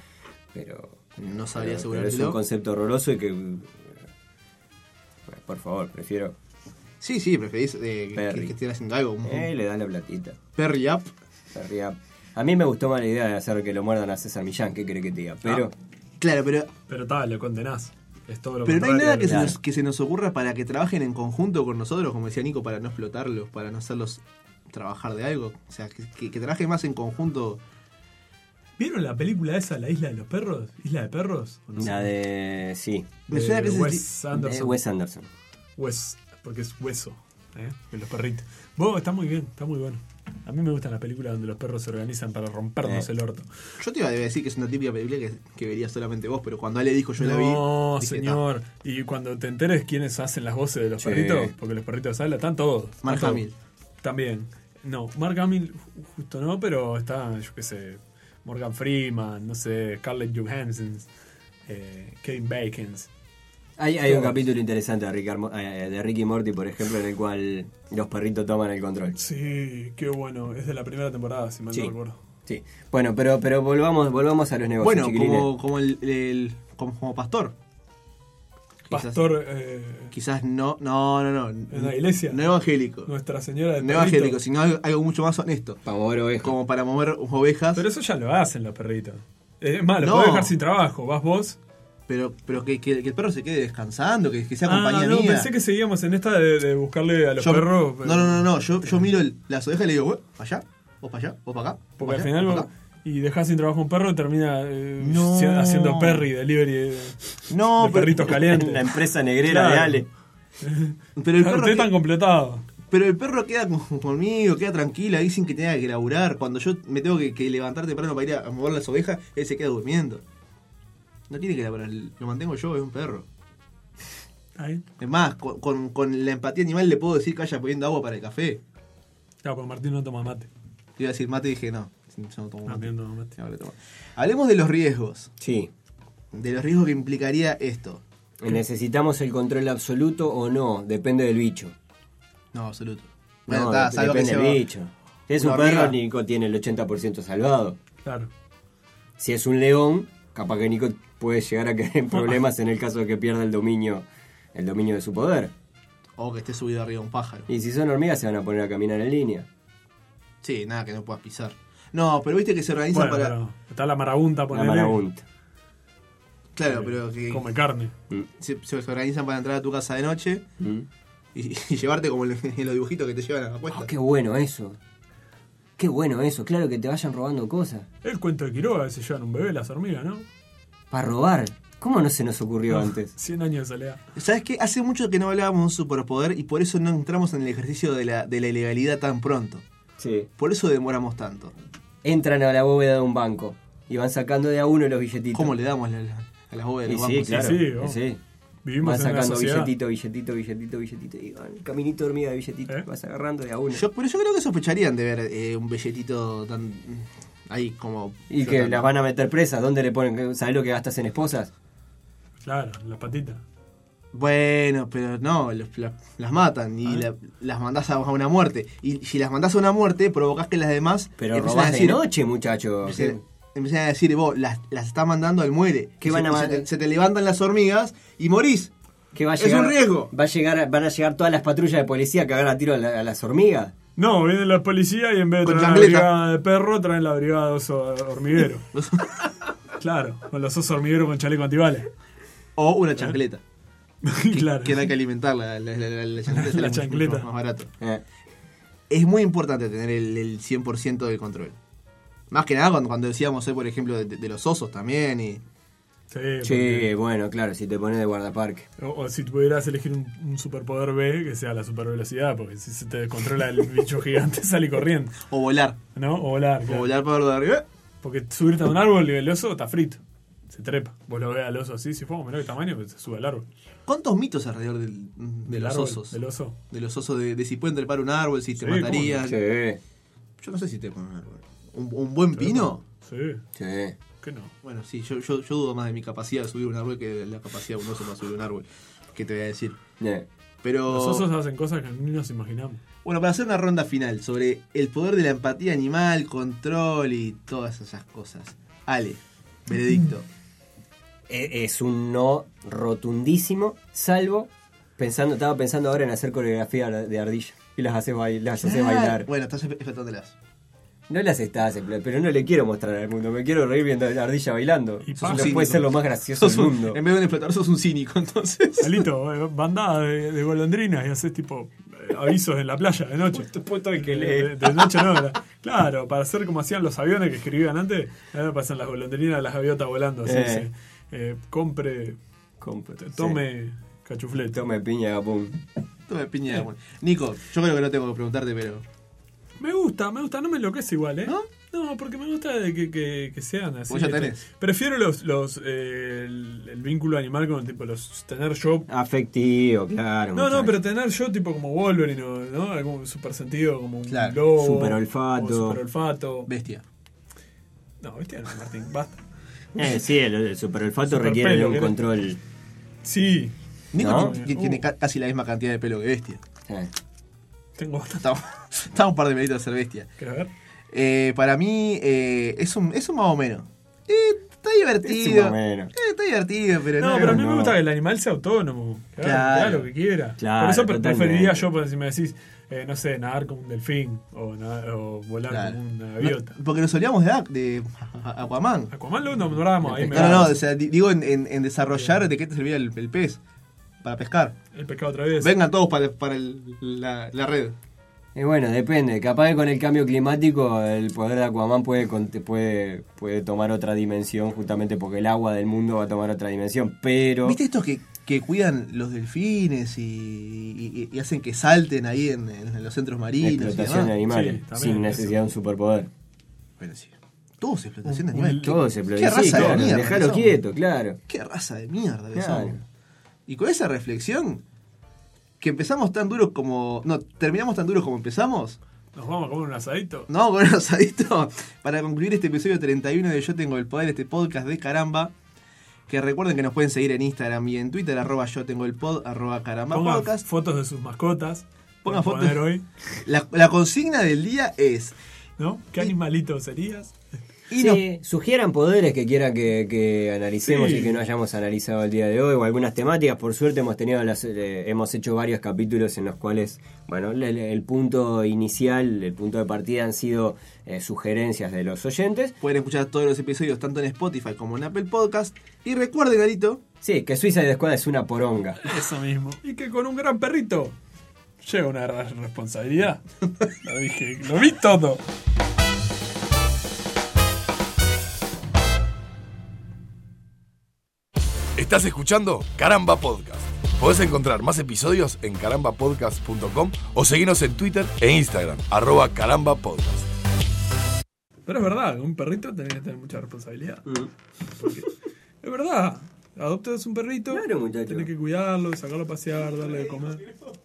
[SPEAKER 3] pero
[SPEAKER 2] No sabría
[SPEAKER 3] pero- pero es un
[SPEAKER 2] asegurártelo.
[SPEAKER 3] concepto horroroso y que, eh, por favor, prefiero
[SPEAKER 2] Sí, sí, preferís eh, que-
[SPEAKER 3] Perry.
[SPEAKER 2] que, que estén haciendo algo. un-
[SPEAKER 3] eh, le dan la platita.
[SPEAKER 2] Perry up.
[SPEAKER 3] Perría. A mí me gustó más la idea de hacer que lo muerdan a César Millán, ¿qué cree que te diga? Pero
[SPEAKER 2] Claro, pero,
[SPEAKER 4] Pero tal, lo condenás. Es todo lo
[SPEAKER 2] pero no hay
[SPEAKER 4] contrario
[SPEAKER 2] nada
[SPEAKER 4] de
[SPEAKER 2] que se,
[SPEAKER 4] lo-
[SPEAKER 2] nos, que se nos ocurra para que trabajen en conjunto con nosotros, como decía Nico, para no explotarlos, para no hacerlos trabajar de algo. O sea, que, que- que trabajen más en conjunto
[SPEAKER 4] ¿Vieron la película esa, La Isla de los Perros? ¿Isla de Perros? ¿O no sé?
[SPEAKER 3] La de. Sí.
[SPEAKER 2] Me suena
[SPEAKER 4] Eh,
[SPEAKER 2] que ese
[SPEAKER 4] Wes Anderson.
[SPEAKER 3] Eh, Wes Anderson.
[SPEAKER 4] Hues, porque es hueso, ¿eh? de los perritos. Vos, está muy bien, está muy bueno. A mí me gustan las películas donde los perros se organizan para rompernos
[SPEAKER 3] Eh.
[SPEAKER 4] el orto.
[SPEAKER 2] Yo te iba a decir que es una típica película que, que verías solamente vos, pero cuando Ale dijo yo la vi.
[SPEAKER 4] no,
[SPEAKER 2] dije, "Ah".
[SPEAKER 4] señor. Y cuando te enteres quiénes hacen las voces de los
[SPEAKER 3] Sí.
[SPEAKER 4] perritos, porque los perritos hablan, están todos.
[SPEAKER 2] "Ah,
[SPEAKER 4] están
[SPEAKER 2] Mark
[SPEAKER 4] todos.
[SPEAKER 2] Hamill.
[SPEAKER 4] También. No, Mark Hamill ju- justo no, pero está, yo qué sé, Morgan Freeman, no sé, Scarlett Johansson, eh, Kevin Bacon.
[SPEAKER 3] Hay, hay un
[SPEAKER 4] Todos.
[SPEAKER 3] capítulo interesante de, Rick Armo- eh, de Ricky Morty, por ejemplo, en el cual los perritos toman el control.
[SPEAKER 4] Sí, qué bueno. Es de la primera temporada, si mal
[SPEAKER 3] Sí.
[SPEAKER 4] no recuerdo.
[SPEAKER 3] Sí. Bueno, pero, pero volvamos, volvamos a los negocios,
[SPEAKER 2] Bueno,
[SPEAKER 3] chiquilines.
[SPEAKER 2] como, como, el, el- como, como pastor. Quizás-
[SPEAKER 4] Pastor. eh,
[SPEAKER 2] Quizás no, no, no, no.
[SPEAKER 4] En la iglesia.
[SPEAKER 2] No evangélico.
[SPEAKER 4] Nuestra Señora del
[SPEAKER 2] No
[SPEAKER 4] Perrito.
[SPEAKER 2] evangélico, sino algo, algo mucho más honesto.
[SPEAKER 3] Para mover ovejas.
[SPEAKER 2] Como para mover ovejas, pero,
[SPEAKER 4] Pero eso ya lo hacen los perritos. Eh, Es malo,
[SPEAKER 2] No.
[SPEAKER 4] podés dejar sin trabajo. Vas vos.
[SPEAKER 2] pero, que, que- que el perro se quede descansando, que, que sea
[SPEAKER 4] ah,
[SPEAKER 2] compañía
[SPEAKER 4] no,
[SPEAKER 2] mía.
[SPEAKER 4] pensé que seguíamos en esta de, de buscarle a los
[SPEAKER 2] Yo-
[SPEAKER 4] perros.
[SPEAKER 2] No, no, no, no. Yo, yo miro el- las ovejas y le digo, "Bueno, para allá, vos para allá, vos para acá. vos
[SPEAKER 4] Porque
[SPEAKER 2] para
[SPEAKER 4] al
[SPEAKER 2] allá,
[SPEAKER 4] final
[SPEAKER 2] vos
[SPEAKER 4] vos-
[SPEAKER 2] para acá".
[SPEAKER 4] y dejás sin trabajo a un perro y termina eh,
[SPEAKER 2] No.
[SPEAKER 4] si- haciendo perry, delivery de,
[SPEAKER 2] No,
[SPEAKER 4] de perritos calientes.
[SPEAKER 3] La empresa negrera de
[SPEAKER 4] Claro.
[SPEAKER 3] Ale.
[SPEAKER 2] Pero el,
[SPEAKER 4] Ustedes
[SPEAKER 2] perro
[SPEAKER 4] están
[SPEAKER 2] que-
[SPEAKER 4] completados.
[SPEAKER 2] pero el perro queda con- conmigo, queda tranquilo, ahí sin que tenga que laburar. Cuando yo me tengo que, que levantar temprano para ir a mover las ovejas, él se queda durmiendo. No tiene que laburar, lo mantengo yo, es un perro.
[SPEAKER 4] Ahí.
[SPEAKER 2] Es más, con, con- con la empatía animal le puedo decir que vaya poniendo agua para el café.
[SPEAKER 4] Claro, porque Martín no toma mate.
[SPEAKER 2] Le iba a decir mate y dije, no, yo no tomo mate.
[SPEAKER 4] Martín no toma mate.
[SPEAKER 2] Ahora tomo. Hablemos de los riesgos,
[SPEAKER 3] Sí.
[SPEAKER 2] de los riesgos que implicaría esto.
[SPEAKER 3] ¿Necesitamos el control absoluto o no? Depende del bicho.
[SPEAKER 2] No, absoluto. Bueno,
[SPEAKER 3] no,
[SPEAKER 2] está,
[SPEAKER 3] dep-
[SPEAKER 2] salvo que
[SPEAKER 3] depende
[SPEAKER 2] sea
[SPEAKER 3] del bicho. Si es un
[SPEAKER 2] una hormiga.
[SPEAKER 3] perro, Nico tiene el 80% salvado.
[SPEAKER 4] Claro.
[SPEAKER 3] Si es un león, capaz que Nico puede llegar a caer en problemas en el caso de que pierda el dominio, el dominio de su poder.
[SPEAKER 2] o que esté subido arriba un pájaro.
[SPEAKER 3] Y si son hormigas, se van a poner a caminar en línea.
[SPEAKER 2] Sí, nada que no puedas pisar. No, pero viste que se organizan
[SPEAKER 4] Bueno,
[SPEAKER 2] para.
[SPEAKER 4] pero está la marabunta,
[SPEAKER 3] La
[SPEAKER 4] ponele,
[SPEAKER 3] marabunta.
[SPEAKER 2] Claro, pero que
[SPEAKER 4] Come carne.
[SPEAKER 2] se, se organizan para entrar a tu casa de noche
[SPEAKER 3] Mm.
[SPEAKER 2] y, y llevarte como en los dibujitos que te llevan a la
[SPEAKER 3] Ah,
[SPEAKER 2] cuesta.
[SPEAKER 3] qué bueno eso. Qué bueno eso. Claro que te vayan robando cosas.
[SPEAKER 4] El cuento de Quiroga, se llevan un bebé las hormigas, ¿no?
[SPEAKER 3] Para robar. ¿Cómo no se nos ocurrió antes?
[SPEAKER 4] 100 años de soledad.
[SPEAKER 2] ¿Sabes qué? Hace mucho que no hablábamos de un superpoder y por eso no entramos en el ejercicio de la, de la ilegalidad tan pronto.
[SPEAKER 3] Sí.
[SPEAKER 2] Por eso demoramos tanto.
[SPEAKER 3] Entran a la bóveda de un banco y van sacando de a uno los billetitos.
[SPEAKER 2] ¿Cómo le damos la- la- a las bóvedas de
[SPEAKER 3] Y
[SPEAKER 2] los
[SPEAKER 3] sí,
[SPEAKER 2] bancos?
[SPEAKER 3] claro.
[SPEAKER 4] Sí, sí,
[SPEAKER 3] y
[SPEAKER 4] vamos.
[SPEAKER 3] sí.
[SPEAKER 4] Vivimos
[SPEAKER 3] Van
[SPEAKER 4] en una
[SPEAKER 3] sacando
[SPEAKER 4] sociedad.
[SPEAKER 3] billetito, billetito, billetito, billetito. Y van, caminito hormiga de billetito.
[SPEAKER 4] ¿Eh?
[SPEAKER 3] Vas agarrando de a uno.
[SPEAKER 2] Yo, pero yo creo que sospecharían de ver eh, un belletito tan. mm, ahí como.
[SPEAKER 3] y que
[SPEAKER 2] flotando.
[SPEAKER 3] las van a meter presas. ¿Dónde le ponen? ¿Sabes lo que gastas en esposas?
[SPEAKER 4] Claro, las patitas.
[SPEAKER 2] Bueno, pero no, los- la- las matan
[SPEAKER 3] Ah.
[SPEAKER 2] y la- las mandás a a una muerte. Y si las mandás a una muerte, provocás que las demás
[SPEAKER 3] Pero
[SPEAKER 2] empiecen
[SPEAKER 3] robás
[SPEAKER 2] a
[SPEAKER 3] de
[SPEAKER 2] decir,
[SPEAKER 3] noche, muchacho.
[SPEAKER 2] empiecen, empiecen a decir, vos, las, las estás mandando al muere.
[SPEAKER 3] ¿Qué
[SPEAKER 2] Y
[SPEAKER 3] van
[SPEAKER 2] se,
[SPEAKER 3] a
[SPEAKER 2] y
[SPEAKER 3] mandar?
[SPEAKER 2] se te, se te levantan las hormigas y morís.
[SPEAKER 3] Que va a
[SPEAKER 2] Es
[SPEAKER 3] llegar,
[SPEAKER 2] un riesgo.
[SPEAKER 3] Va a llegar, van a llegar todas las patrullas de policía a cagar a tiro a, la- a las hormigas.
[SPEAKER 4] No, vienen la policía y en vez de
[SPEAKER 2] Con
[SPEAKER 4] traer la
[SPEAKER 2] chancleta.
[SPEAKER 4] brigada de perro, traen la brigada de oso hormiguero. claro, con los osos hormigueros con chaleco antibales.
[SPEAKER 2] O una chancleta. Que,
[SPEAKER 4] claro.
[SPEAKER 2] que no hay que alimentarla. La, la- la- la chancleta
[SPEAKER 4] La
[SPEAKER 2] sale mucho-
[SPEAKER 4] chancleta.
[SPEAKER 2] mucho más barato.
[SPEAKER 3] Eh,
[SPEAKER 2] Es muy importante tener el, el 100% del control. Más que nada cuando, cuando decíamos hoy, por ejemplo, de, de los osos también. y
[SPEAKER 4] Sí, porque-
[SPEAKER 3] che, bueno, claro, si te pones de guardaparque.
[SPEAKER 4] O, o si pudieras elegir un, un superpoder B, que sea la supervelocidad, porque si se te descontrola el bicho gigante, sale corriendo.
[SPEAKER 2] O volar.
[SPEAKER 4] ¿No? O volar.
[SPEAKER 2] O
[SPEAKER 4] claro.
[SPEAKER 2] volar para lo de arriba.
[SPEAKER 4] Porque subirte a un árbol y el oso está frito. Se trepa. Vos lo ves al oso así, si fuéramos menor de tamaño, pues se sube al árbol.
[SPEAKER 2] ¿Cuántos mitos alrededor del- mm, de
[SPEAKER 4] Del
[SPEAKER 2] los
[SPEAKER 4] árbol,
[SPEAKER 2] osos?
[SPEAKER 4] Del oso.
[SPEAKER 2] De los osos, de, de si pueden trepar un árbol, si te
[SPEAKER 4] Sí,
[SPEAKER 2] matarían.
[SPEAKER 3] Che,
[SPEAKER 2] Yo no sé si trepan un árbol. ¿Un, un buen pino?
[SPEAKER 4] Sí,
[SPEAKER 3] che.
[SPEAKER 4] que no.
[SPEAKER 2] Bueno, sí, yo, yo, yo dudo más de mi capacidad de subir un árbol que de la capacidad de un oso para subir un árbol. ¿Qué te voy a decir?
[SPEAKER 3] Eh.
[SPEAKER 2] Pero.
[SPEAKER 4] Los osos hacen cosas que ni nos imaginamos.
[SPEAKER 2] Bueno, para hacer una ronda final sobre el poder de la empatía animal, control y todas esas cosas. Ale, veredicto.
[SPEAKER 3] E- Es un no rotundísimo, salvo pensando, estaba pensando ahora en hacer coreografía de ardilla. Y las haces bail- las haces bailar.
[SPEAKER 2] Bueno, estás espe- explotándolas.
[SPEAKER 3] No las estás, en plan, pero no le quiero mostrar al mundo. Me quiero reír viendo a la ardilla bailando.
[SPEAKER 4] Y
[SPEAKER 3] Eso
[SPEAKER 4] pa-
[SPEAKER 3] no puede ser lo más gracioso
[SPEAKER 2] Sos
[SPEAKER 3] del
[SPEAKER 2] un- em-
[SPEAKER 3] mundo.
[SPEAKER 2] en vez de un explotar, sos un cínico, entonces.
[SPEAKER 4] Alito, eh, bandada de, de golondrinas y haces tipo eh, avisos en la playa de noche.
[SPEAKER 3] Puto de que
[SPEAKER 4] De-
[SPEAKER 3] lee.
[SPEAKER 4] De, de noche no, de la, Claro, para hacer como hacían los aviones que escribían antes, ahora pasan las golondrinas, las gaviotas volando. Así,
[SPEAKER 3] Eh.
[SPEAKER 4] sí. Eh, compre,
[SPEAKER 3] Compre-
[SPEAKER 4] tome
[SPEAKER 3] sí.
[SPEAKER 4] cachuflete.
[SPEAKER 3] Tome piña, pum.
[SPEAKER 2] Todo de piña de árbol. Nico, yo creo que no tengo que preguntarte, pero.
[SPEAKER 4] Me gusta, me gusta, no me enloquece igual, ¿eh?
[SPEAKER 2] ¿No?
[SPEAKER 4] No, porque me gusta de que, que- que sean así.
[SPEAKER 2] Vos ya
[SPEAKER 4] este,
[SPEAKER 2] tenés.
[SPEAKER 4] Prefiero los, los eh, el, el vínculo animal con tipo los tener yo.
[SPEAKER 3] Afectivo, claro.
[SPEAKER 4] No, no,
[SPEAKER 3] muchacho.
[SPEAKER 4] pero tener yo tipo como Wolverine o ¿no? algún super sentido como un
[SPEAKER 2] Claro,
[SPEAKER 4] lobo.
[SPEAKER 3] superolfato.
[SPEAKER 4] o superolfato.
[SPEAKER 2] Bestia.
[SPEAKER 4] No, viste, no, Martín, basta.
[SPEAKER 3] Eh, sí, el, el superolfato
[SPEAKER 4] Superpelo,
[SPEAKER 3] requiere de un
[SPEAKER 4] ¿querés?
[SPEAKER 3] control.
[SPEAKER 4] Sí,
[SPEAKER 2] Nico
[SPEAKER 3] No.
[SPEAKER 2] ti- ti- tiene ca- casi la misma cantidad de pelo que bestia.
[SPEAKER 3] Eh,
[SPEAKER 4] tengo bastante.
[SPEAKER 2] Estamos, estamos un par de minutos de ser bestia.
[SPEAKER 4] ¿Querés ver?
[SPEAKER 2] Eh, para mí eh, es, un, es un más o menos. Eh, está divertido.
[SPEAKER 3] más o menos.
[SPEAKER 2] Eh, está divertido, pero
[SPEAKER 4] No,
[SPEAKER 2] no.
[SPEAKER 4] pero a mí
[SPEAKER 3] no.
[SPEAKER 4] me gusta que el animal sea autónomo. Que haga-
[SPEAKER 2] Claro.
[SPEAKER 4] que haga lo que quiera.
[SPEAKER 3] Claro,
[SPEAKER 4] Por eso pre-
[SPEAKER 3] totalmente.
[SPEAKER 4] preferiría yo, por si me decís, eh, no sé, nadar como un delfín o, nadar- o volar
[SPEAKER 2] Claro.
[SPEAKER 4] como una gaviota.
[SPEAKER 2] No, porque nos olvidamos de, Ac- de Aquaman.
[SPEAKER 4] Aquaman lo nombrábamos ahí. me
[SPEAKER 2] No, no, no,
[SPEAKER 4] va.
[SPEAKER 2] o sea, di- digo en, en- en desarrollar de qué te servía el, el pez para pescar.
[SPEAKER 4] El pescado otra vez.
[SPEAKER 2] Vengan todos para, para el- la, la red.
[SPEAKER 3] Y bueno, depende. Capaz que con el cambio climático el poder de Aquaman puede, con- puede, puede tomar otra dimensión, justamente porque el agua del mundo va a tomar otra dimensión. Pero.
[SPEAKER 2] ¿Viste estos que, que cuidan los delfines y, y- y hacen que salten ahí en, en los centros
[SPEAKER 3] de
[SPEAKER 2] marinos? y
[SPEAKER 3] explotación de
[SPEAKER 2] demás?
[SPEAKER 3] animales,
[SPEAKER 4] Sí, también,
[SPEAKER 3] sin necesidad de un superpoder.
[SPEAKER 2] Bueno, sí. Todos explotación de
[SPEAKER 4] Un-
[SPEAKER 2] animales.
[SPEAKER 4] un-
[SPEAKER 3] Todo se
[SPEAKER 2] ¿Qué
[SPEAKER 3] planifica,
[SPEAKER 2] raza de
[SPEAKER 3] claro,
[SPEAKER 2] mierda? que
[SPEAKER 3] dejalo
[SPEAKER 2] somos?
[SPEAKER 3] quieto, claro.
[SPEAKER 2] Qué raza de mierda que
[SPEAKER 3] Claro.
[SPEAKER 2] somos. Y con esa reflexión, que empezamos tan duros como. No, terminamos tan duros como empezamos.
[SPEAKER 4] Nos vamos a comer un asadito.
[SPEAKER 2] No, con un asadito. Para concluir este episodio 31 de Yo Tengo el Poder, este podcast de caramba. Que recuerden que nos pueden seguir en Instagram y en Twitter, arroba yo tengo el pod, arroba caramba
[SPEAKER 4] Pongan
[SPEAKER 2] podcast.
[SPEAKER 4] fotos de sus mascotas.
[SPEAKER 2] Pongan
[SPEAKER 4] Pongan
[SPEAKER 2] fotos.
[SPEAKER 4] fotos. hoy,
[SPEAKER 2] La, la consigna del día es.
[SPEAKER 4] ¿no? ¿Qué animalito serías?
[SPEAKER 2] Y
[SPEAKER 3] Sí,
[SPEAKER 2] nos-
[SPEAKER 3] sugieran poderes que quieran que, que analicemos
[SPEAKER 4] Sí.
[SPEAKER 3] y que no hayamos analizado el día de hoy, o algunas temáticas. Por suerte hemos tenido las, eh, hemos hecho varios capítulos en los cuales, bueno, el, el- el punto inicial, el punto de partida han sido eh, sugerencias de los oyentes.
[SPEAKER 2] pueden escuchar todos los episodios tanto en Spotify como en Apple Podcast. Y recuerden, Arito,
[SPEAKER 3] Sí, que Suiza de Escuela es una poronga.
[SPEAKER 4] Eso mismo. Y que con un gran perrito llega una gran responsabilidad. Lo dije, lo vi todo.
[SPEAKER 1] Estás escuchando Caramba Podcast. Podés encontrar más episodios en carambapodcast.com o seguirnos en Twitter e Instagram, arroba carambapodcast.
[SPEAKER 4] Pero es verdad, un perrito tenés que tener mucha responsabilidad.
[SPEAKER 3] Mm.
[SPEAKER 4] Porque es verdad. Adoptas un perrito,
[SPEAKER 3] Claro, muchacho.
[SPEAKER 4] tenés que cuidarlo, sacarlo a pasear, darle de comer.